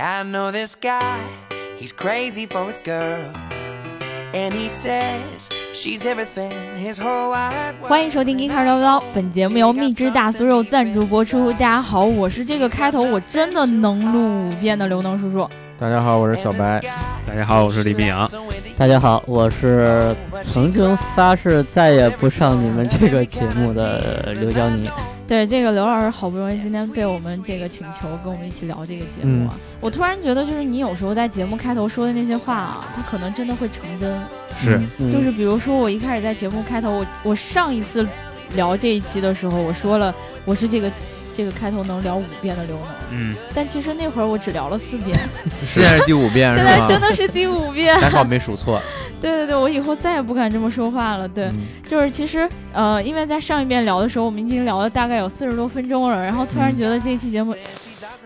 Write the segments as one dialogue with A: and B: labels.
A: I know this guy, he's crazy for his girl. And he says she's everything, his whole wide world.
B: 欢迎收听《一开聊聊》，本节目由蜜汁大酥肉赞助播出。大家好，我是这个开头我真的能录五遍的刘能叔叔。
C: 大家好，我是
B: 哎
A: And
C: 小
A: this
C: 白。
A: guy,
D: 大家好我是李啊明阳
A: He's
E: 大家好，我是曾经发誓再也不上你们这个节目的刘娇妮。
B: 对，这个刘老师好不容易今天被我们这个请求跟我们一起聊这个节目啊，
C: 嗯
B: 我突然觉得就是你有时候在节目开头说的那些话啊，它可能真的会成真。
D: 是
E: 嗯，
B: 就是比如说我一开始在节目开头，我我上一次聊这一期的时候，我说了我是这个这个开头能聊五遍的刘能，
D: 嗯，
B: 但其实那会儿我只聊了四遍，
C: 现在是第五遍
B: 现
C: 是
B: 在
C: 吗？
B: 真的是第五遍。
C: 还好没数错。
B: 对对对，我以后再也不敢这么说话了。对，
C: 嗯
B: 就是其实呃，因为在上一遍聊的时候，我们已经聊了大概有四十多分钟了，然后突然觉得这一期节目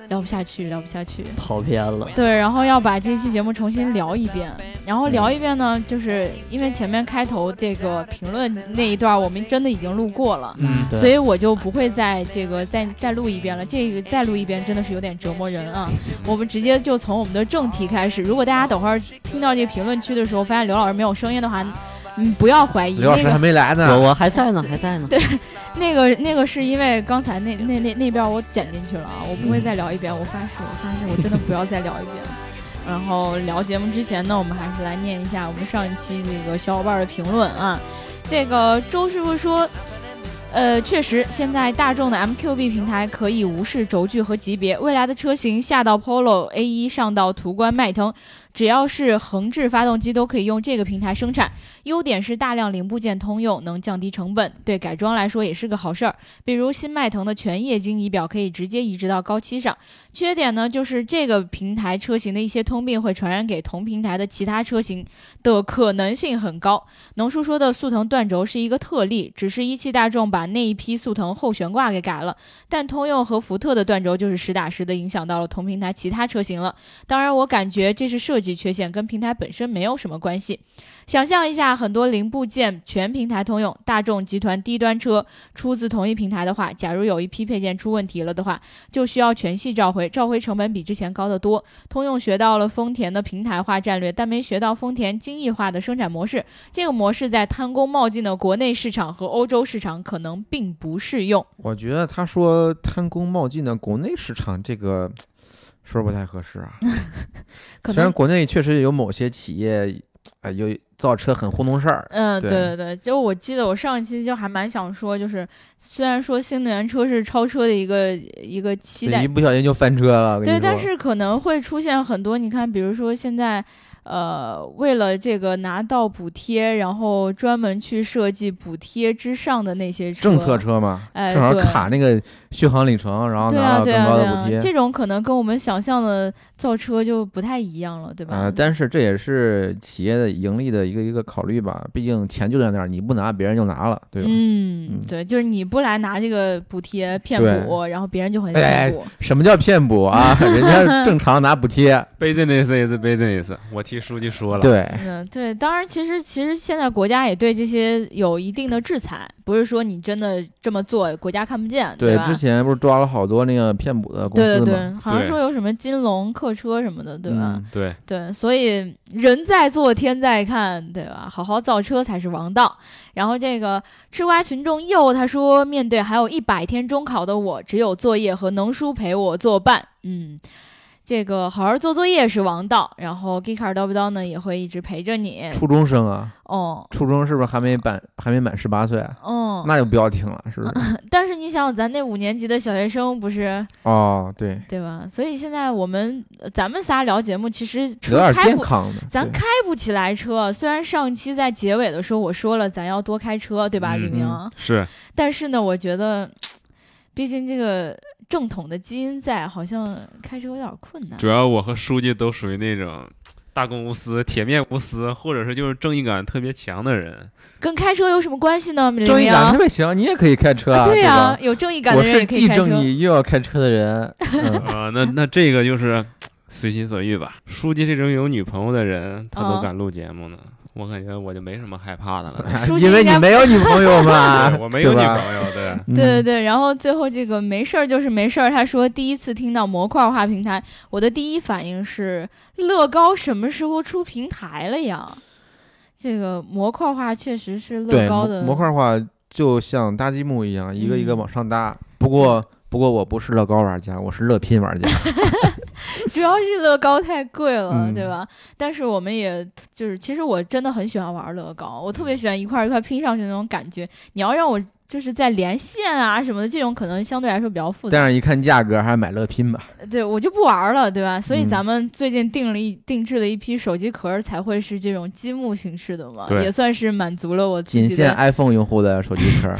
B: 聊不下去，聊不下去。
E: 跑偏了。
B: 对，然后要把这期节目重新聊一遍，然后聊一遍呢，就是因为前面开头这个评论那一段，我们真的已经录过了。
D: 嗯
E: 对
B: 所以我就不会在这个再再录一遍了。这个再录一遍真的是有点折磨人啊！
C: 嗯
B: 我们直接就从我们的正题开始。如果大家等会儿听到这评论区的时候，发现刘老师没有声音的话，嗯，不要怀疑，
C: 刘老
B: 那
C: 师还
B: 个
C: 没来
E: 我
C: 呢，
E: 我还在呢，还在呢。
B: 那个那个是因为刚才那那那那边我剪进去了啊，我不会再聊一遍，我发誓，我发誓，我真的不要再聊一遍了。然后聊节目之前呢，我们还是来念一下我们上一期这个小伙伴的评论啊。这个周师傅说，呃，确实，现在大众的 MQB 平台可以无视轴距和级别，未来的车型下到 Polo A 1上到途观、迈腾，只要是横置发动机都可以用这个平台生产。优点是大量零部件通用，能降低成本，对改装来说也是个好事儿。比如新迈腾的全液晶仪表可以直接移植到高七上。缺点呢，就是这个平台车型的一些通病会传染给同平台的其他车型的可能性很高。农叔说的速腾断轴是一个特例，只是一汽大众把那一批速腾后悬挂给改了，但通用和福特的断轴就是实打实的影响到了同平台其他车型了。当然，我感觉这是设计缺陷，跟平台本身没有什么关系。想象一下，很多零部件全平台通用，大众集团低端车出自同一平台的话，假如有一批配件出问题了的话，就需要全系召回，召回成本比之前高得多。通用学到了丰田的平台化战略，但没学到丰田精益化的生产模式。这个模式在贪功冒进的国内市场和欧洲市场可能并不适用。
C: 我觉得他说贪功冒进的国内市场这个说不太合适啊。
B: 可
C: 虽然
B: 能，
C: 国内确实有某些企业，啊、有造车很糊弄事儿，
B: 嗯，对对
C: 对
B: 对，就我记得我上一期就还蛮想说，就是虽然说新能源车是超车的一个一个期待
C: 一，不小心就翻车了。我跟
B: 对，
C: 你
B: 但
C: 说
B: 是可能会出现很多，你看，比如说现在，呃，为了这个拿到补贴，然后专门去设计补贴之上的那些车
C: 政策。车嘛，
B: 哎
C: 正好
B: 对
C: 卡那个续航里程，然后
B: 对
C: 拿
B: 啊，
C: 到
B: 对
C: 更
B: 啊，
C: 高
B: 对
C: 的
B: 啊
C: 补，贴。
B: 这种可能跟我们想象的造车就不太一样了，对吧？
C: 啊、但是这也是企业的盈利的一个一个考虑吧，毕竟钱就在那儿，你不拿别人就拿了，对吧？
B: 嗯，
C: 嗯
B: 对，就是你不来拿这个补贴骗
C: 对
B: 补，然后别人就很
C: 哎哎哎
B: 辛苦。
C: 什么叫骗补 啊？人家正常拿补贴，
D: ，business is business，我替书记说了，
C: 对，
B: 嗯，对，当然，其实其实现在国家也对这些有一定的制裁，不是说你真的这么做，国家看不见，
C: 对，
B: 吧？
C: 之前不是抓了好多那个骗补的公
B: 对
C: 司
B: 对
C: 吗？
B: 对，好像
D: 对
B: 说有什么金龙客车什么的，对啊吧？
C: 嗯
D: 对，
B: 对，所以人在做天在看，对吧？好好造车才是王道。然后这个吃瓜群众又他说，面对还有一百天中考的我，只有作业和能叔陪我作伴。嗯，这个好好做作业是王道。然后 g e e k a r 叨不叨呢也会一直陪着你。
C: 初中生啊，
B: 哦，
C: 初中是不是还没满还没满十八岁啊？
B: 嗯，
C: 那就不要听了，是不是？
B: 但是你想想，咱那五年级的小学生不是
C: 哦，对，
B: 对吧？所以现在我们呃咱们仨聊节目，其实除
C: 有点
B: 开
C: 健
B: 不
C: 康的，
B: 咱
C: 对
B: 开不起来车，虽然上期在结尾的时候我说了咱要多开车，对吧，
D: 嗯
B: 李明？
C: 嗯
D: 是
B: 但是呢，我觉得，毕竟这个正统的基因在，好像开车有点困难。
D: 主要我和书记都属于那种大公无私、铁面无私，或者是就是正义感特别强的人。
B: 跟开车有什么关系呢，李
C: 正义
B: 明
C: 感
B: 阳
C: 特？别行，你也可以开车
B: 啊对
C: 对
B: 呀、
C: 吧？
B: 有正义感
C: 我
B: 的人也
C: 是
B: 可以
C: 既
B: 开车。
C: 正义又要开车的人，嗯，
D: 啊、那那这个就是随心所欲吧。书记这种有女朋友的人，他
B: 啊
D: 都敢录节目呢，我感觉我就没什么害怕的了。
B: 书记
C: 因为
B: 应
C: 你
B: 该
C: 没有女朋友嘛
D: 对，我没有女
C: 啊对吧
D: 朋友，对，
C: 嗯
B: 对对对，然后最后这个没事儿就是没事儿。他说第一次听到模块化平台，我的第一反应是乐高什么时候出平台了呀？这个模块化确实是乐
C: 对
B: 高
C: 模
B: 的
C: 模块化就像搭积木一样，一个一个
B: 嗯
C: 往上搭。不过不过我不是乐高玩家，我是乐拼玩家。
B: 主要是乐高太贵了，
C: 嗯
B: 对吧？但是我们也就是，其实我真的很喜欢玩乐高，我
C: 嗯
B: 特别喜欢一块儿一块儿拼上去的那种感觉。你要让我就是在连线啊什么的，这种可能相对来说比较复杂。
C: 但是一看价格，还是买乐拼吧。
B: 对我就不玩了，对吧？所以
C: 嗯
B: 咱们最近定了一定制了一批手机壳儿，才会是这种积木形式的嘛，
D: 对
B: 也算是满足了我自
C: 仅
B: 己
C: 限
B: 的。
C: iPhone 用户的手机 壳。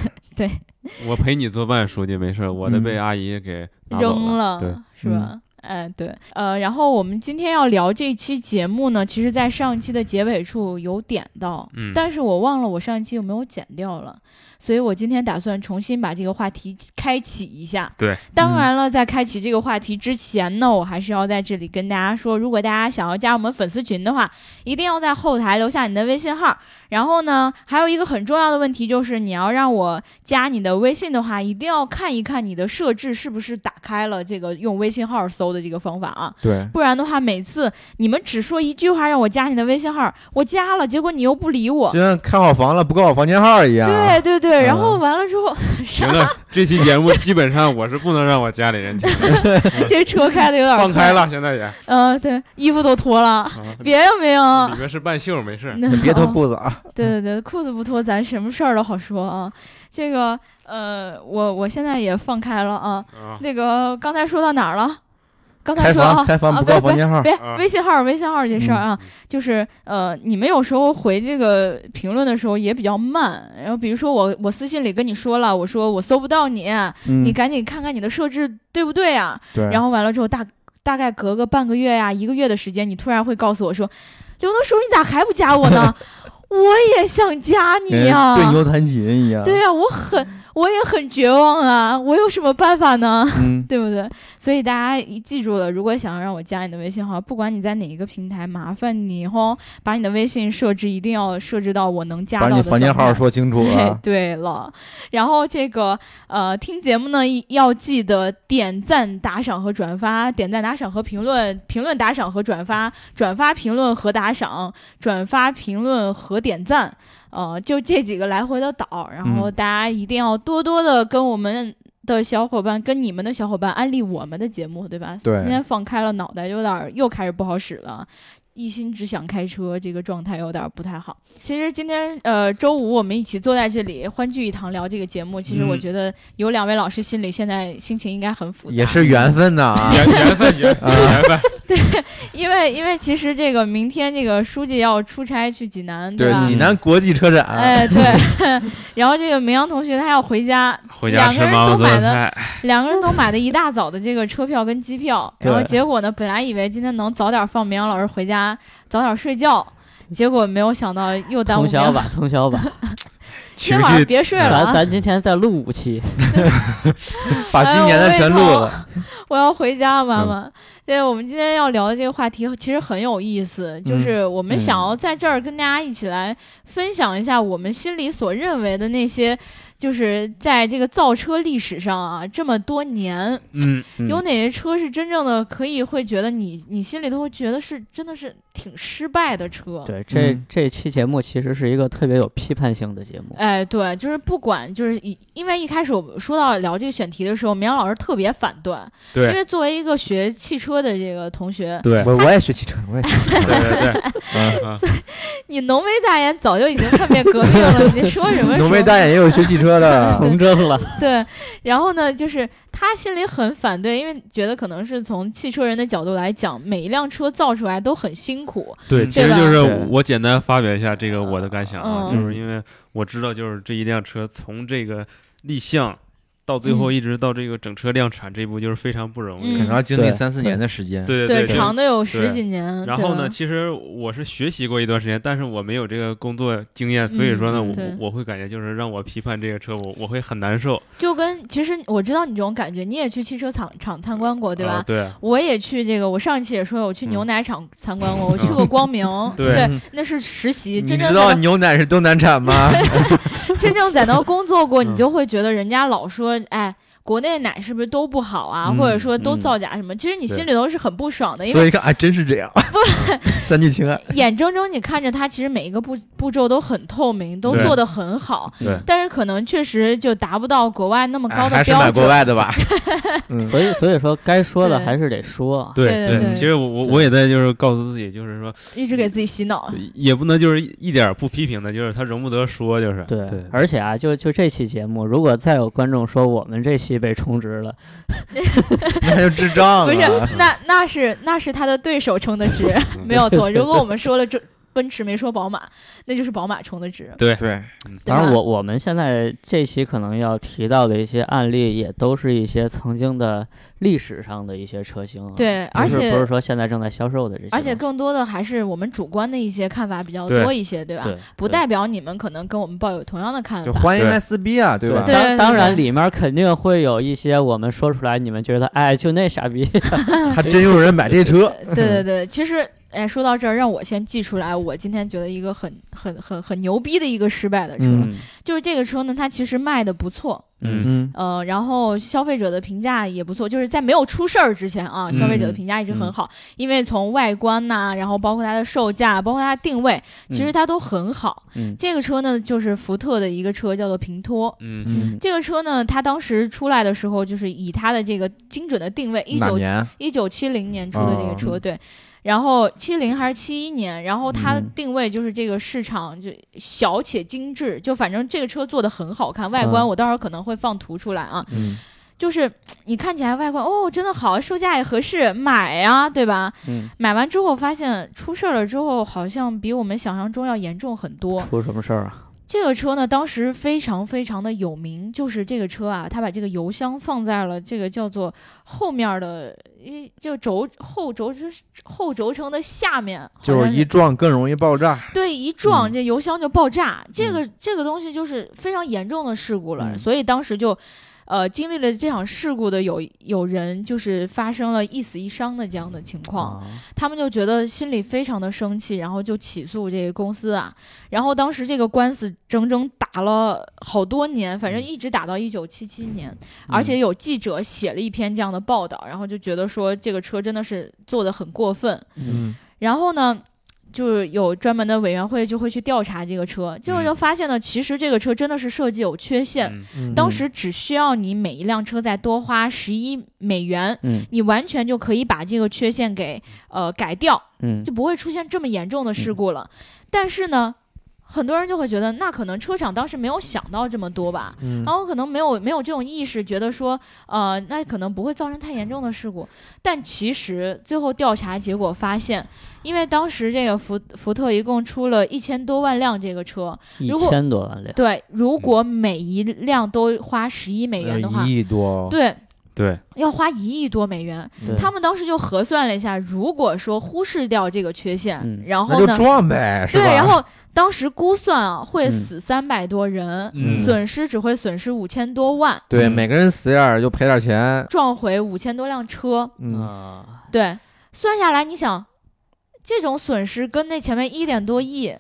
D: 我陪你作伴，书记没事儿，我的
C: 嗯
D: 被阿姨给拿走
B: 扔
D: 了，对，
B: 是吧？哎，对，呃，然后我们今天要聊这期节目呢，其实，在上一期的结尾处有点到，
D: 嗯
B: 但是我忘了我上一期有没有剪掉了，所以我今天打算重新把这个话题开启一下。
D: 对，嗯
B: 当然了，在开启这个话题之前呢，我还是要在这里跟大家说，如果大家想要加我们粉丝群的话，一定要在后台留下你的微信号。然后呢，还有一个很重要的问题就是，你要让我加你的微信的话，一定要看一看你的设置是不是打开了这个用微信号搜的这个方法啊。
C: 对，
B: 不然的话，每次你们只说一句话让我加你的微信号，我加了，结果你又不理我
C: 就。像看好房了不告我房间号一样。
B: 对对对，然后
C: 嗯
B: 完了之 后，
D: 行了，这期节目基本上我是不能让我家 里人听的，
B: 这车开的有点
D: 放
B: 快
D: 开，了，现在也，啊
B: 嗯、对，衣服都脱了，别有没有？
D: 里边是半袖，没事儿。
B: 那
C: 嗯别脱
B: 哦
C: 裤子啊！
B: 对对对，裤子不脱，咱什么事儿都好说啊。这个呃，我我现在也放开了啊。
D: 啊，
B: 那个刚才说到哪儿了？刚才
C: 开
B: 说啊
C: 房，开房
B: 啊
C: 不
B: 别
C: 告房间号。
B: 别
D: 啊
B: 微信号微信号这事儿啊，
D: 嗯
B: 就是呃，你们有时候回这个评论的时候也比较慢，然后比如说我我私信里跟你说了，我说我搜不到你，
C: 嗯
B: 你，赶紧看看你的设置对不对啊？
C: 对。
B: 然后完了之后大大概隔个半个月呀、一个月的时间，你突然会告诉我说，刘能叔你咋还不加我呢？ 我也想加你呀、
C: 对牛弹琴一样。
B: 对呀、啊我很我也很绝望啊，我有什么办法呢？
C: 嗯，
B: 对不对？所以大家一记住了，如果想让我加你的微信号，不管你在哪一个平台，麻烦你吼，把你的微信设置一定要设置到我能加
C: 把
B: 到的
C: 你房间
B: 状态
C: 号说清 楚
B: 对。
C: 啊
B: 对了，然后这个呃，听节目呢一要记得点赞、打赏和转发，点赞、打赏和评论，评论、打赏和转发，转发、评论和打赏，转发、评论和点赞，呃，就这几个来回的倒，然后
C: 嗯
B: 大家一定要多多的跟我们。的小伙伴跟你们的小伙伴安利我们的节目，对吧？
C: 对
B: 今天放开了脑袋，有点儿又开始不好使了，一心只想开车，这个状态有点儿不太好。其实今天呃周五我们一起坐在这里欢聚一堂聊这个节目，其实我
D: 嗯
B: 觉得有两位老师心里现在心情应该很复杂，
C: 也是缘分呐啊。
D: 缘缘分缘缘分，
B: 因为因为其实这个明天这个书记要出差去济南，
C: 对，
B: 吧？
C: 济南国际车展。
B: 哎，对， 然后这个明阳同学他要回家，
D: 回家吃妈妈做的 菜，
B: 两个人都买的一大早的这个车票跟机票，然后
E: 对
B: 结果呢，本来以为今天能早点放明阳老师回家，早点睡觉，结果没有想到又耽误明
E: 通宵
B: 阳。
E: 吧，通宵吧，
B: 今
D: 情
B: 天晚上
D: 绪
B: 别睡了、啊
E: 咱，咱今天再录五期，
C: 把今年
B: 哎
C: 的全录了。
B: 我要回家，妈妈。对，我们今天要聊的这个话题其实很有意思，就是我们想要在这儿跟大家一起来分享一下我们心里所认为的那些，就是在这个造车历史上啊，这么多年，
D: 嗯，
C: 嗯
B: 有哪些车是真正的可以会觉得你你心里头会觉得是真的是挺失败的车。
E: 对，这、
C: 嗯
E: 这期节目其实是一个特别有批判性的节目。
B: 哎，对，就是不管，就是以，因为一开始我们说到聊这个选题的时候，明阳老师特别反对，因
D: 对
B: 为作为一个学汽车的这个同学，
D: 对
C: 我我也学汽车，我也学。
D: 对对 对，嗯
B: 你浓眉大眼早就已经快变革命了，你说什 么？
C: 浓眉大眼也有学汽 车的。
E: 从政了，
B: 对，然后呢，就是他心里很反对，因为觉得可能是从汽车人的角度来讲，每一辆车造出来都很辛苦。
D: 对，其实
B: 吧
D: 就是
E: 对
D: 我简单发表一下这个我的感想啊，
B: 嗯
D: 就是因为我知道，就是这一辆车从这个立项到最后一直到这个整车量产这一步，就是非常不容
B: 嗯
D: 易。
C: 可能要经历
E: 对
C: 三四年的时间。
D: 对对
B: 对，
D: 对。
B: 长的有十几年。
D: 然
B: 对
D: 后
B: 吧
D: 呢，？其实我是学习过一段时间，但是我没有这个工作经验，所以说呢，
B: 嗯
D: 我
B: 对
D: 我会感觉就是让我批判这个车，我我会很难受，
B: 就跟其实我知道你这种感觉，你也去汽车厂厂参观过，对吧？
D: 啊对
B: 我也去这个，我上一期也说我去牛奶厂参观过，我去过光明，
D: 嗯 对
B: 那是实习，
C: 你
B: 真正
C: 知
B: 在
C: 道
B: 那
C: 牛奶是东南产吗？
B: 真正在那儿工作过，
D: 嗯
B: 你就会觉得人家老说，哎，国内奶是不是都不好啊，
C: 嗯
B: 或者说都
D: 嗯
B: 造假什么？其实你
D: 对
B: 心里头是很不爽 的，因
C: 所
B: 为
C: 以一看，哎，真是这样， 三聚 氰胺。
B: 眼睁睁你看着它，其实每一个步步骤都很透明，都
D: 对
B: 做得很好，
D: 对
B: 但是可能确实就达不到国外那么
C: 哎
B: 高
C: 还
B: 的
C: 是
B: 标
C: 买国
B: 准。
C: 外 的吧。
E: 所以所以说该说的
B: 对
E: 还是得说。
B: 对对对
D: 其实我我
E: 对
D: 我也在就是告诉自己，就是说
B: 一直给自己洗
C: 嗯
B: 脑，
D: 也不能就是一点儿不批评的，就是他容不得说，就是
E: 对
D: 对，
E: 而且啊，就就这期节目，如果再有观众说我们这期被充值了，
C: 那就智障
B: 不是
C: 了。，
B: 那那是那是他的对手充的值，
C: 嗯
B: 没有 错。如果我们说了这奔驰没说宝马，那就是宝马充的值。
C: 对，
B: 对
E: 当然
B: 吧
E: 我我们现在这期可能要提到的一些案例，也都是一些曾经的历史上的一些车型、啊，
C: 嗯
B: 对
E: 不
B: 而
E: 是
B: 且
E: 不是说现在正在销售的这些东
B: 而
E: 西，
B: 且更多的还是我们主观的一些看法比较
D: 对
B: 多一些，对吧？
E: 对
B: 不
E: 对
B: 代表你们可能跟我们抱有同样的看
C: 就
B: 法。
C: 欢迎
D: 对
C: 来撕逼啊，对吧？
B: 对
E: 当当然
B: 对
E: 里面肯定会有一些我们说出来，你们觉得哎就那傻逼，
C: 还真有人买这车。
B: 对对对，其实哎，说到这儿，让我先记出来，我今天觉得一个很很很很牛逼的一个失败的车，
E: 嗯
B: 就是这个车呢，它其实卖的不错，
D: 嗯
C: 嗯，
B: 呃，然后消费者的评价也不错，就是在没有出事儿之前啊，
E: 嗯
B: 消费者的评价一直很好，因为从外观呐、然后包括它的售价，包括它的定位，其实它都很好。
E: 嗯
B: 这个车呢，就是福特的一个车，叫做平托。
D: 嗯
E: 嗯
B: 这个车呢，它当时出来的时候，就是以它的这个精准的定位，一
C: 哪
B: 九
C: 年？
B: 嗯一九七零年出的这个车，
E: 哦
B: 对。然后七零还是七一年，然后它
E: 嗯
B: 定位就是这个市场就小且精致，就反正这个车做的很好看，外观
E: 嗯
B: 我到时候可能会放图出来啊，
E: 嗯
B: 就是嘖你看起来外观哦真的好，售价也合适，买呀、对吧？
E: 嗯，
B: 买完之后发现出事儿了之后，好像比我们想象中要严重很多。
E: 出什么事儿啊？
B: 这个车呢，当时非常非常的有名，就是这个车啊，它把这个油箱放在了这个叫做后面的一就轴后轴承后轴承的下面，
C: 就
B: 好
C: 是
B: 像
C: 一撞更容易爆炸。
B: 对一撞、
E: 嗯
B: 这油箱就爆炸，这个这个东西就是非常严重的事故了，
E: 嗯
B: 所以当时就。呃，经历了这场事故的有有人就是发生了一死一伤的这样的情况，
E: 啊
B: 他们就觉得心里非常的生气，然后就起诉这个公司啊。然后当时这个官司整整打了好多年，反正一直打到一九七七年，而且有记者写了一篇这样的报道，然后就觉得说这个车真的是做的很过分。
C: 嗯，
B: 然后呢，就是有专门的委员会就会去调查这个车，结果就发现呢，其实这个车真的是设计有缺陷。
D: 嗯
B: 当时只需要你每一辆车再多花十一美元，
E: 嗯
B: 你完全就可以把这个缺陷给呃改掉。
E: 嗯
B: 就不会出现这么严重的
C: 嗯
B: 事故了。但是呢，很多人就会觉得，那可能车厂当时没有想到这么多吧，
C: 嗯
B: 然后可能没有没有这种意识，觉得说，呃，那可能不会造成太严重的事故。但其实最后调查结果发现，因为当时这个福福特一共出了一千多万辆这个车，
E: 一
B: 如果
E: 千多万辆，
B: 对，如果每一辆都花十一美元的话，
C: 嗯呃一亿哦多。
B: 对，
D: 对，
B: 要花一亿多美元。
E: 对
B: 他们当时就核算了一下，如果说忽视掉这个缺陷，
E: 嗯
B: 然
C: 那
B: 后
C: 就
B: 呢，
C: 撞呗，是
B: 对，
C: 吧？
B: 然后当时估算啊，会
E: 嗯
B: 死三百多人，
D: 嗯
B: 损失只会损失五千多万，
C: 对
D: 嗯
C: 每个人死点儿就赔点儿钱。
B: 撞毁五千多辆车。
C: 嗯，
E: 啊，
B: 对，算下来，你想，这种损失跟那前面一点多亿，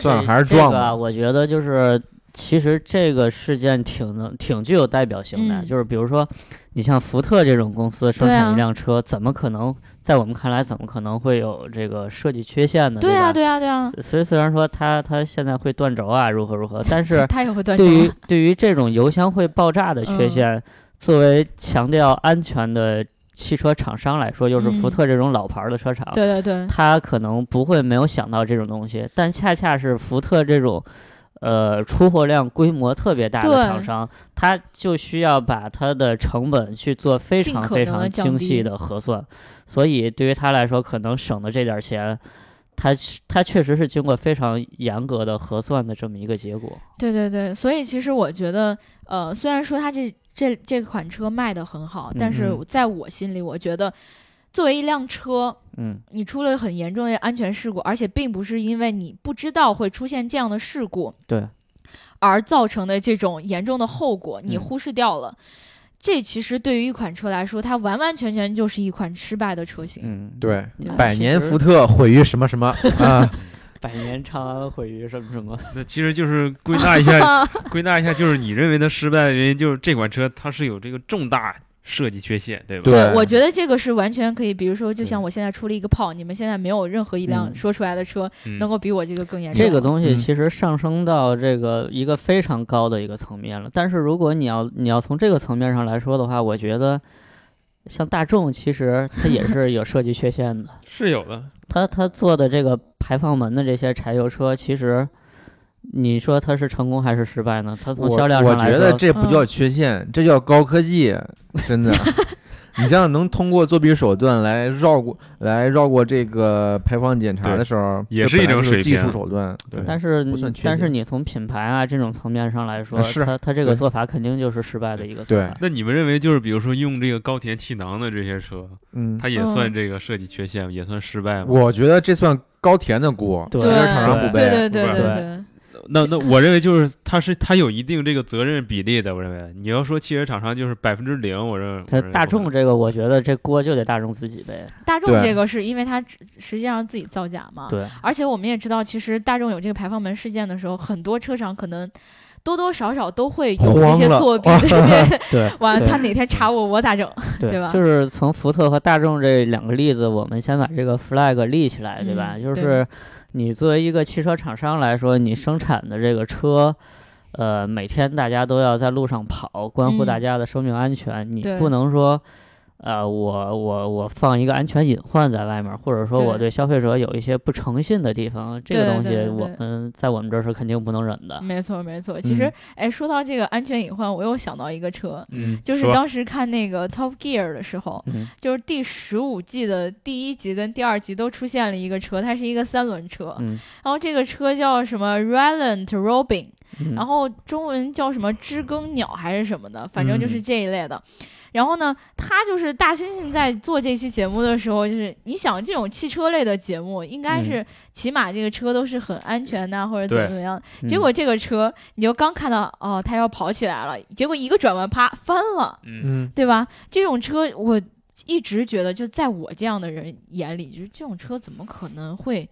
C: 算了，
E: 这
C: 还是撞
E: 这个啊，
C: 吧。
E: 我觉得就是，其实这个事件挺能挺具有代表性的，
B: 嗯
E: 就是比如说，你像福特这种公司生
B: 对
E: 产
B: 啊
E: 一辆车，怎么可能在我们看来，怎么可能会有这个设计缺陷呢？
B: 对啊，
E: 吧？
B: 对啊，对啊，
E: 虽虽然说它它现在会断轴啊，如何如何，但是
B: 他也 会断
E: 对
B: 轴
E: 于。对于这种油箱会爆炸的缺
B: 嗯
E: 陷，作为强调安全的汽车厂商来说，就是福
B: 嗯
E: 特这种老牌儿的车厂，
B: 对对对，
E: 他可能不会没有想到这种东西，但恰恰是福特这种，呃，出货量规模特别大
B: 对
E: 的厂商，他就需要把它的成本去做非
B: 尽
E: 常
B: 可
E: 非
B: 能地
E: 常
B: 降
E: 精
B: 低
E: 细的核算，所以对于他来说，可能省的这点儿钱。它是它确实是经过非常严格的核算的这么一个结果。
B: 对对对，所以其实我觉得，呃，虽然说它这这这款车卖的很好，但是
E: 嗯
B: 在我心里，我觉得作为一辆车，
E: 嗯
B: 你出了很严重的安全事故，而且并不是因为你不知道会出现这样的事故，
E: 对，
B: 而造成的这种严重的后果，你
E: 嗯
B: 忽视掉了。这其实对于一款车来说，它完完全全就是一款失败的车型。
E: 嗯，，
C: 对，
B: 对
C: 百年
E: 福
C: 福特毁于什么什 么啊？
E: 百年长安毁于什么什么。
D: 那其实就是归纳 一下， 归纳一下，就是你认为它失败的原因，就是这款车它是有这个重大设计缺陷，对吧？
C: 对
B: 我觉得这个是完全可以，比如说，就像
E: 对
B: 我现在出了一个炮，你们现在没有任何一辆
E: 嗯
B: 说出来的车
D: 嗯
B: 能够比我这个更严重。
E: 这个东西
C: 嗯
E: 其实上升到这个一个非常高的一个层面了。但是如果你要你要从这个层面上来说的话，我觉得像大众其实它也是有设计缺陷的。
D: 是有的，
E: 它它做的这个排放门的这些柴油车，其实你说它是成功还是失败呢？它从
C: 我
E: 销量
C: 我
E: 上来
C: 觉
E: 说，嗯
C: 得这不叫缺陷，这叫高科技，真 的。你像能通过作弊手段来绕过来绕过这个排放检查
D: 对
C: 的时候，
D: 也
C: 这
D: 是
C: 本
D: 一
C: 来
D: 种
C: 就
D: 水
C: 技术
D: 平
C: 手段。对，
E: 但是
C: 不算
E: 你
C: 缺
E: 但是
C: 陷
E: 你从品牌啊这种层面上来说，
C: 啊是
E: 它它这个
C: 对
E: 做法肯定就是失败的一个做
C: 对
E: 法。
D: 那你们认为就是比如说用这个高田气囊的这些车，
C: 嗯，
D: 它也算这个设计缺陷，也算失败吗？
C: 我觉得这算高田的锅，
E: 对
C: 汽车厂商不
B: 对
C: 背。啊
B: 对对
D: 不
E: 是
B: 对
E: 对
B: 对，
D: 那那我认为就是它是它有一定这个责任比例的，我认为你要说汽车厂商就是百分之零，我认为
E: 它
D: 我认为
E: 大
D: 不
E: 众
D: 可
E: 这个，我觉得这锅就得大众自己背。
B: 大众
C: 对
B: 这个是因为它只实际上自己造假嘛。
E: 对，
B: 而且我们也知道，其实大众有这个排放门事件的时候，很多车厂可能多多少少都会有这些
C: 慌了
B: 作弊。对，
E: 对，
B: 完了
E: 对
B: 他哪天查我，我咋整？
E: 对
B: 对吧
E: 就是从福特和大众这两个例子，我们先把这个 flag 立起来，对吧？
B: 嗯
E: 就
B: 对
E: 是你作为一个汽车厂商来说，你生产的这个车。呃，每天大家都要在路上跑，关乎大
B: 嗯
E: 家的生命安全。你
B: 对
E: 不能说，呃，我我我放一个安全隐患在外面，或者说我
B: 对
E: 对消费者有一些不诚信的地方，这个
B: 对
E: 东
B: 对
E: 西
B: 对
E: 我
B: 对
E: 们在我们这儿是肯定不能忍的。
B: 没错没错。其实
E: 嗯，
B: 哎，说到这个安全隐患，我又想到一个车。
D: 嗯，
B: 就是
D: 说
B: 当时看那个《Top Gear》的时候，
E: 嗯，
B: 就是第十五季的第一集跟第二集都出现了一个车，它是一个三轮车，
E: 嗯
B: 然后这个车叫什么 Relent Robin，
E: 嗯
B: 然后中文叫什么知更鸟还是什么的，反正
E: 嗯
B: 就是这一类的。然后呢，他就是大猩猩在做这期节目的时候，就是你想这种汽车类的节目，应该
E: 嗯
B: 是起码这个车都是很安全呐、或者怎么
D: 对
B: 怎么样。
E: 嗯
B: 结果这个车，你就刚看到哦，它要跑起来了，结果一个转弯，啪翻了，
D: 嗯，
C: 嗯，
B: 对吧？这种车我一直觉得，就在我这样的人眼里，就是这种车怎么可能会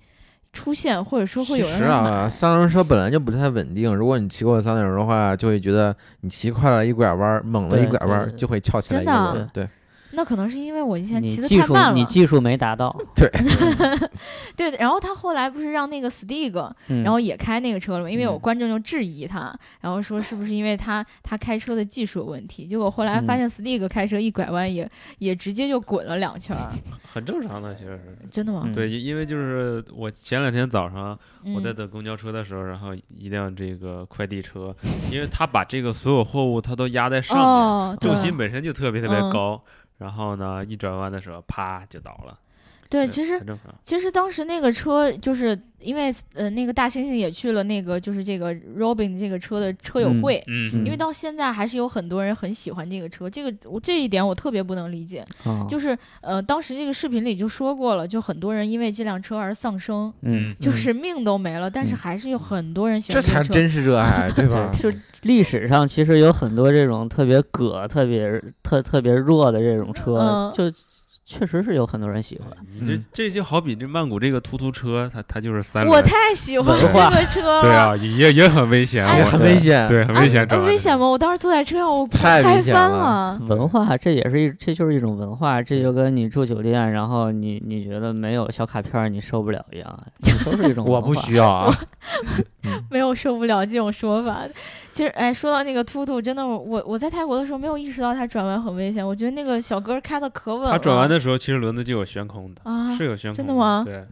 B: 出现，或者说会
C: 其
B: 有人
C: 实
B: 买？
C: 啊，三轮车本来就不太稳定，如果你骑过三轮的话，就会觉得你骑快了一拐弯儿，猛了一
E: 对
C: 拐
E: 对
C: 弯儿
E: 对
C: 就会翘起来一
B: 真
C: 个
B: 的
C: 轮
E: 啊
C: 儿。对，
B: 那可能是因为我以前
E: 你
B: 骑的
E: 技
B: 太
E: 术
B: 慢
E: 你
B: 了，
E: 技术没 达到，
B: 对。然后他后来不是让那个 Stig，
E: 嗯
B: 然后也开那个车了嘛？因为有
E: 嗯
B: 观众就质疑他，然后说是不是因为他他开车的技术有问题？结果后来发
E: 嗯
B: 现 Stig 开车一拐弯也也直接就滚了两圈儿，
D: 很正常的，其实是。
B: 真的吗
E: 嗯？
D: 对，因因为就是我前两天早上我在
B: 嗯
D: 等公交车的时候，然后一辆这个快递车，因为他把这个所有货物他都压在上面，
B: 哦，
D: 重
B: 对
D: 心本身就特别特别
B: 嗯
D: 高，然后呢一转弯的时候啪就倒了。
B: 对，其实
D: 很正常。
B: 其实当时那个车就是因为呃那个大猩猩也去了那个就是这个 Robin 这个车的车友
E: 嗯
B: 会。
D: 嗯
B: 因为到现在还是有很多人很喜欢这个车，这个我这一点我特别不能理解。
E: 哦
B: 就是呃，当时这个视频里就说过了，就很多人因为这辆车而丧生，
E: 嗯，
B: 就是命都没了，但是还是有很多人喜
C: 这
B: 欢
C: 才
B: 车。
C: 真是热爱，对吧？
E: 对，就历史上其实有很多这种特别葛、特别特特别弱的这种车，
B: 嗯
E: 就确实是有很多人喜欢。
D: 你这
C: 嗯
D: 这就好比这曼谷这个突突车，它它就是三
B: 我
D: 轮，
B: 太喜欢
E: 文化
B: 这个车了。
D: 对啊，也也很危险，
B: 哎
D: 我
C: 很
D: 觉得
C: 危险。
D: 对，很
B: 啊，
D: 危险，转
B: 呃
D: 弯
B: 危
D: 的时候
B: 险吗？我当时坐在车上，我
C: 太
B: 嗨
C: 危险
B: 翻
C: 了
B: 了。
E: 文化，这也是一，这就是一种文化，这就跟你住酒店，然后你你觉得没有小卡片儿你受不了一样，这都是一种文化。
C: 我不需要啊。
B: 没有受不了这种说法。其实，哎，说到那个突突，真的，我我在泰国的时候没有意识到它转弯很危险，我觉得那个小哥开的可稳了。
D: 它转弯的时候，其实轮子就有悬空的，
B: 啊
D: 是，有悬空，
B: 真的吗
D: 对，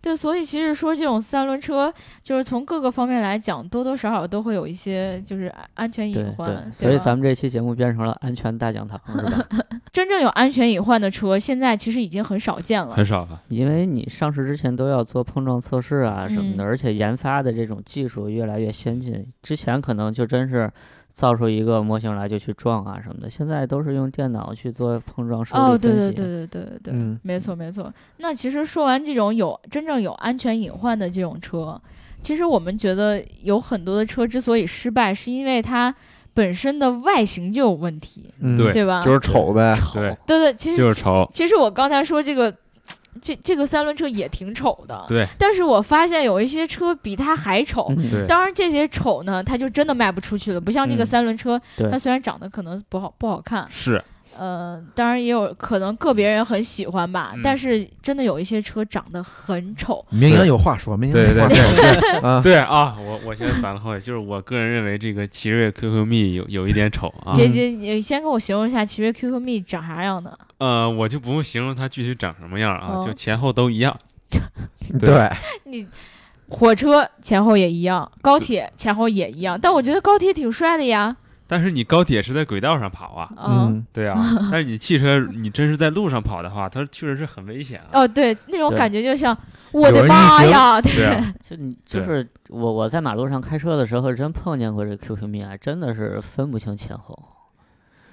B: 对，所以其实说这种三轮车，就是从各个方面来讲，多多少少都会有一些就是安安全
E: 对
B: 隐患。
E: 对，
B: 对
E: 所以
B: 吧
E: 咱们这期节目变成了安全大讲堂，是吧？
B: 真正有安全隐患的车，现在其实已经很少见了。
D: 很少了。啊
E: 因为你上市之前都要做碰撞测试啊什么的，
B: 嗯
E: 而且研发的这种技术越来越先进，之前可能就真是造出一个模型来就去撞啊什么的，现在都是用电脑去做碰撞受力
B: 哦，对
E: 分析。
B: 对对对对对对，
C: 嗯
B: 没错没错。那其实说完这种有真正有安全隐患的这种车，其实我们觉得有很多的车之所以失败，是因为它本身的外形就有问题，
C: 嗯，
D: 对
B: 对吧？
C: 就是丑呗，
D: 对，
B: 对对，其实
D: 就是丑。
B: 其实我刚才说这个，这这个三轮车也挺丑的，
D: 对。
B: 但是我发现有一些车比它还丑。
E: 嗯
D: 对
B: 当然，这些丑呢，它就真的卖不出去了。不像那个
C: 嗯
B: 三轮车，
E: 对
B: 它虽然长得可能不好不好看，
D: 是，
B: 呃，当然也有可能个别人很喜欢吧。
D: 嗯
B: 但是真的有一些车长得很丑，
C: 绵羊有话说，绵羊
D: 对
C: 有
D: 对
C: 话
D: 对
C: 说
D: 对
C: 啊，
D: 对啊！我我先攒了好久，就是我个人认为这个奇瑞 QQ 蜜有有一点丑啊。
B: 别别，你先给我形容一下奇瑞 QQ 蜜长啥样的？
D: 呃，我就不用形容它具体长什么样啊，
B: 哦
D: 就前后都一样。对
C: 对，
B: 你火车前后也一样，高铁前后也一样，但我觉得高铁挺帅的呀。
D: 但是你高铁是在轨道上跑啊，
B: 嗯，
D: 对啊。但是你汽车，你真是在路上跑的话，它确实是很危险啊。
B: 哦，对，那种
E: 对
B: 感觉就像我
C: 有
B: 的
C: 人
B: 妈
C: 一行
B: 呀， 对
D: 对啊，
E: 就你就
D: 对
E: 是我我在马路上开车的时候，真碰见过这 QQ 蜜啊，真的是分不清前后。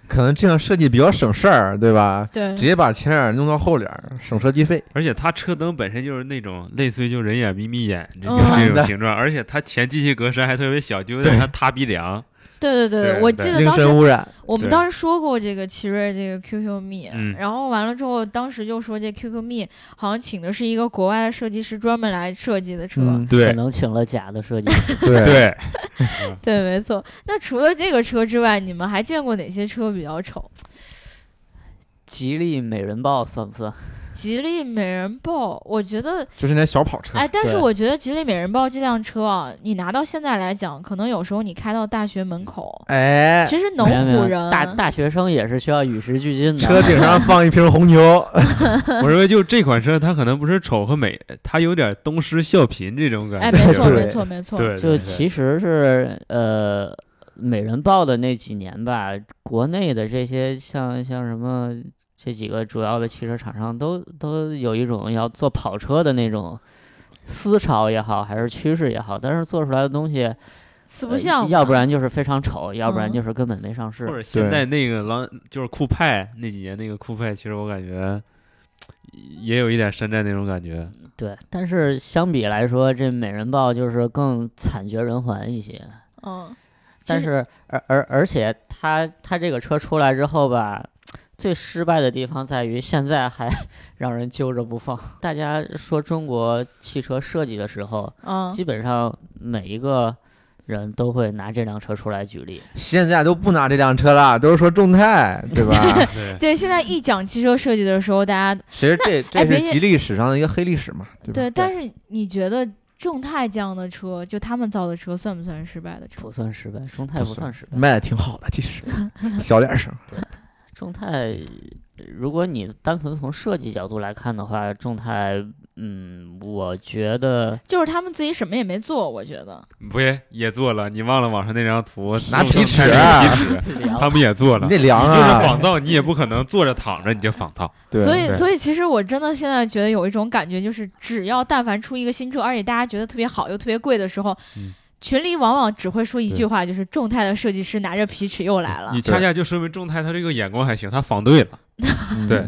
C: 可能这样设计比较省事儿，对吧？
B: 对
C: 直接把前脸弄到后脸，省设计费。
D: 而且它车灯本身就是那种类似于就人眼眯眯眼这种
B: 嗯
D: 这种
C: 的
D: 形状，而且它前机器格栅还特别小，就有点像塌鼻 梁。
B: 对对对，
D: 对
B: 我记
D: 对
B: 得
C: 精
B: 当时
C: 神污染，
B: 我们
D: 对
B: 当时说过这个奇瑞这个 QQ 蜜，
D: 嗯
B: 然后完了之后，当时就说这 QQ 蜜好像请的是一个国外的设计师专门来设计的车。
C: 嗯，
E: 可
D: 对
E: 能请了假的设计，
C: 对，
D: 对，
B: 对，没错。那除了这个车之外，你们还见过哪些车比较丑？
E: 吉利美人豹算不算？
B: 吉利美人豹，我觉得，
C: 就是那小跑车，
B: 哎，但是
E: 对
B: 我觉得吉利美人豹这辆车啊，你拿到现在来讲，可能有时候你开到大学门口，
C: 哎，
B: 其实能
E: 没有没有
B: 唬人。
E: 大大学生也是需要与时俱进的。
C: 车顶上放一瓶红牛，
D: 我认为就这款车，它可能不是丑和美，它有点东施效颦这种
B: 哎，
D: 感觉。
B: 没错，
C: 对
B: 没错，没错。
D: 对，
E: 哦就其实是呃，美人豹的那几年吧，国内的这些像像什么这几个主要的汽车厂商都都有一种要做跑车的那种思潮也好，还是趋势也好，但是做出来的东西，
B: 四不
E: 呃
B: 像嘛、
E: 要不然就是非常丑，要不然
B: 嗯
E: 就是根本没上市。
D: 或者现在那个狼就是酷派那几年那个酷派，其实我感觉也有一点山寨那种感觉。
E: 对，但是相比来说，这美人豹就是更惨绝人寰一些。
B: 嗯，
E: 但
B: 其实
E: 是而而而且它它这个车出来之后吧，最失败的地方在于现在还 让人揪着不放。大家说中国汽车设计的时候，
B: 嗯，
E: 基本上每一个人都会拿这辆车出来举例。
C: 现在都不拿这辆车了，都是说众泰，对吧？
D: 对，
B: 对，现在一讲汽车设计的时候，大家
C: 其实这
B: 哎
C: 这
B: 别
C: 是吉利史上的一个黑历史嘛，对吧？
B: 对，但是你觉得众泰这样的车，就他们造的车，算不算失败的车
E: 不？算失败，中泰
C: 不
E: 不算
C: 算
E: 失败。
C: 卖的挺好的，其实小点声，
E: 众泰，如果你单纯从设计角度来看的话，众泰，嗯，我觉得
B: 就是他们自己什么也没做，我觉得。
D: 不也也做了？你忘了网上那张图，
C: 拿皮尺
D: 拿皮尺，
E: 聊
D: 他们也做了
C: 你。得量
D: 你就是
C: 啊
D: 仿，造，你也不可能坐着躺着你就仿造。
C: 对
B: 所以，
C: 对
B: 所以其实我真的现在觉得有一种感觉，就是只要但凡出一个新车，而且大家觉得特别好又特别贵的时候，
D: 嗯
B: 群里往往只会说一句话，就是众泰的设计师拿着皮尺又来
C: 啊
B: 了
D: 你，恰恰就说明众泰他这个眼光还行，他仿对了。
C: 嗯
D: 对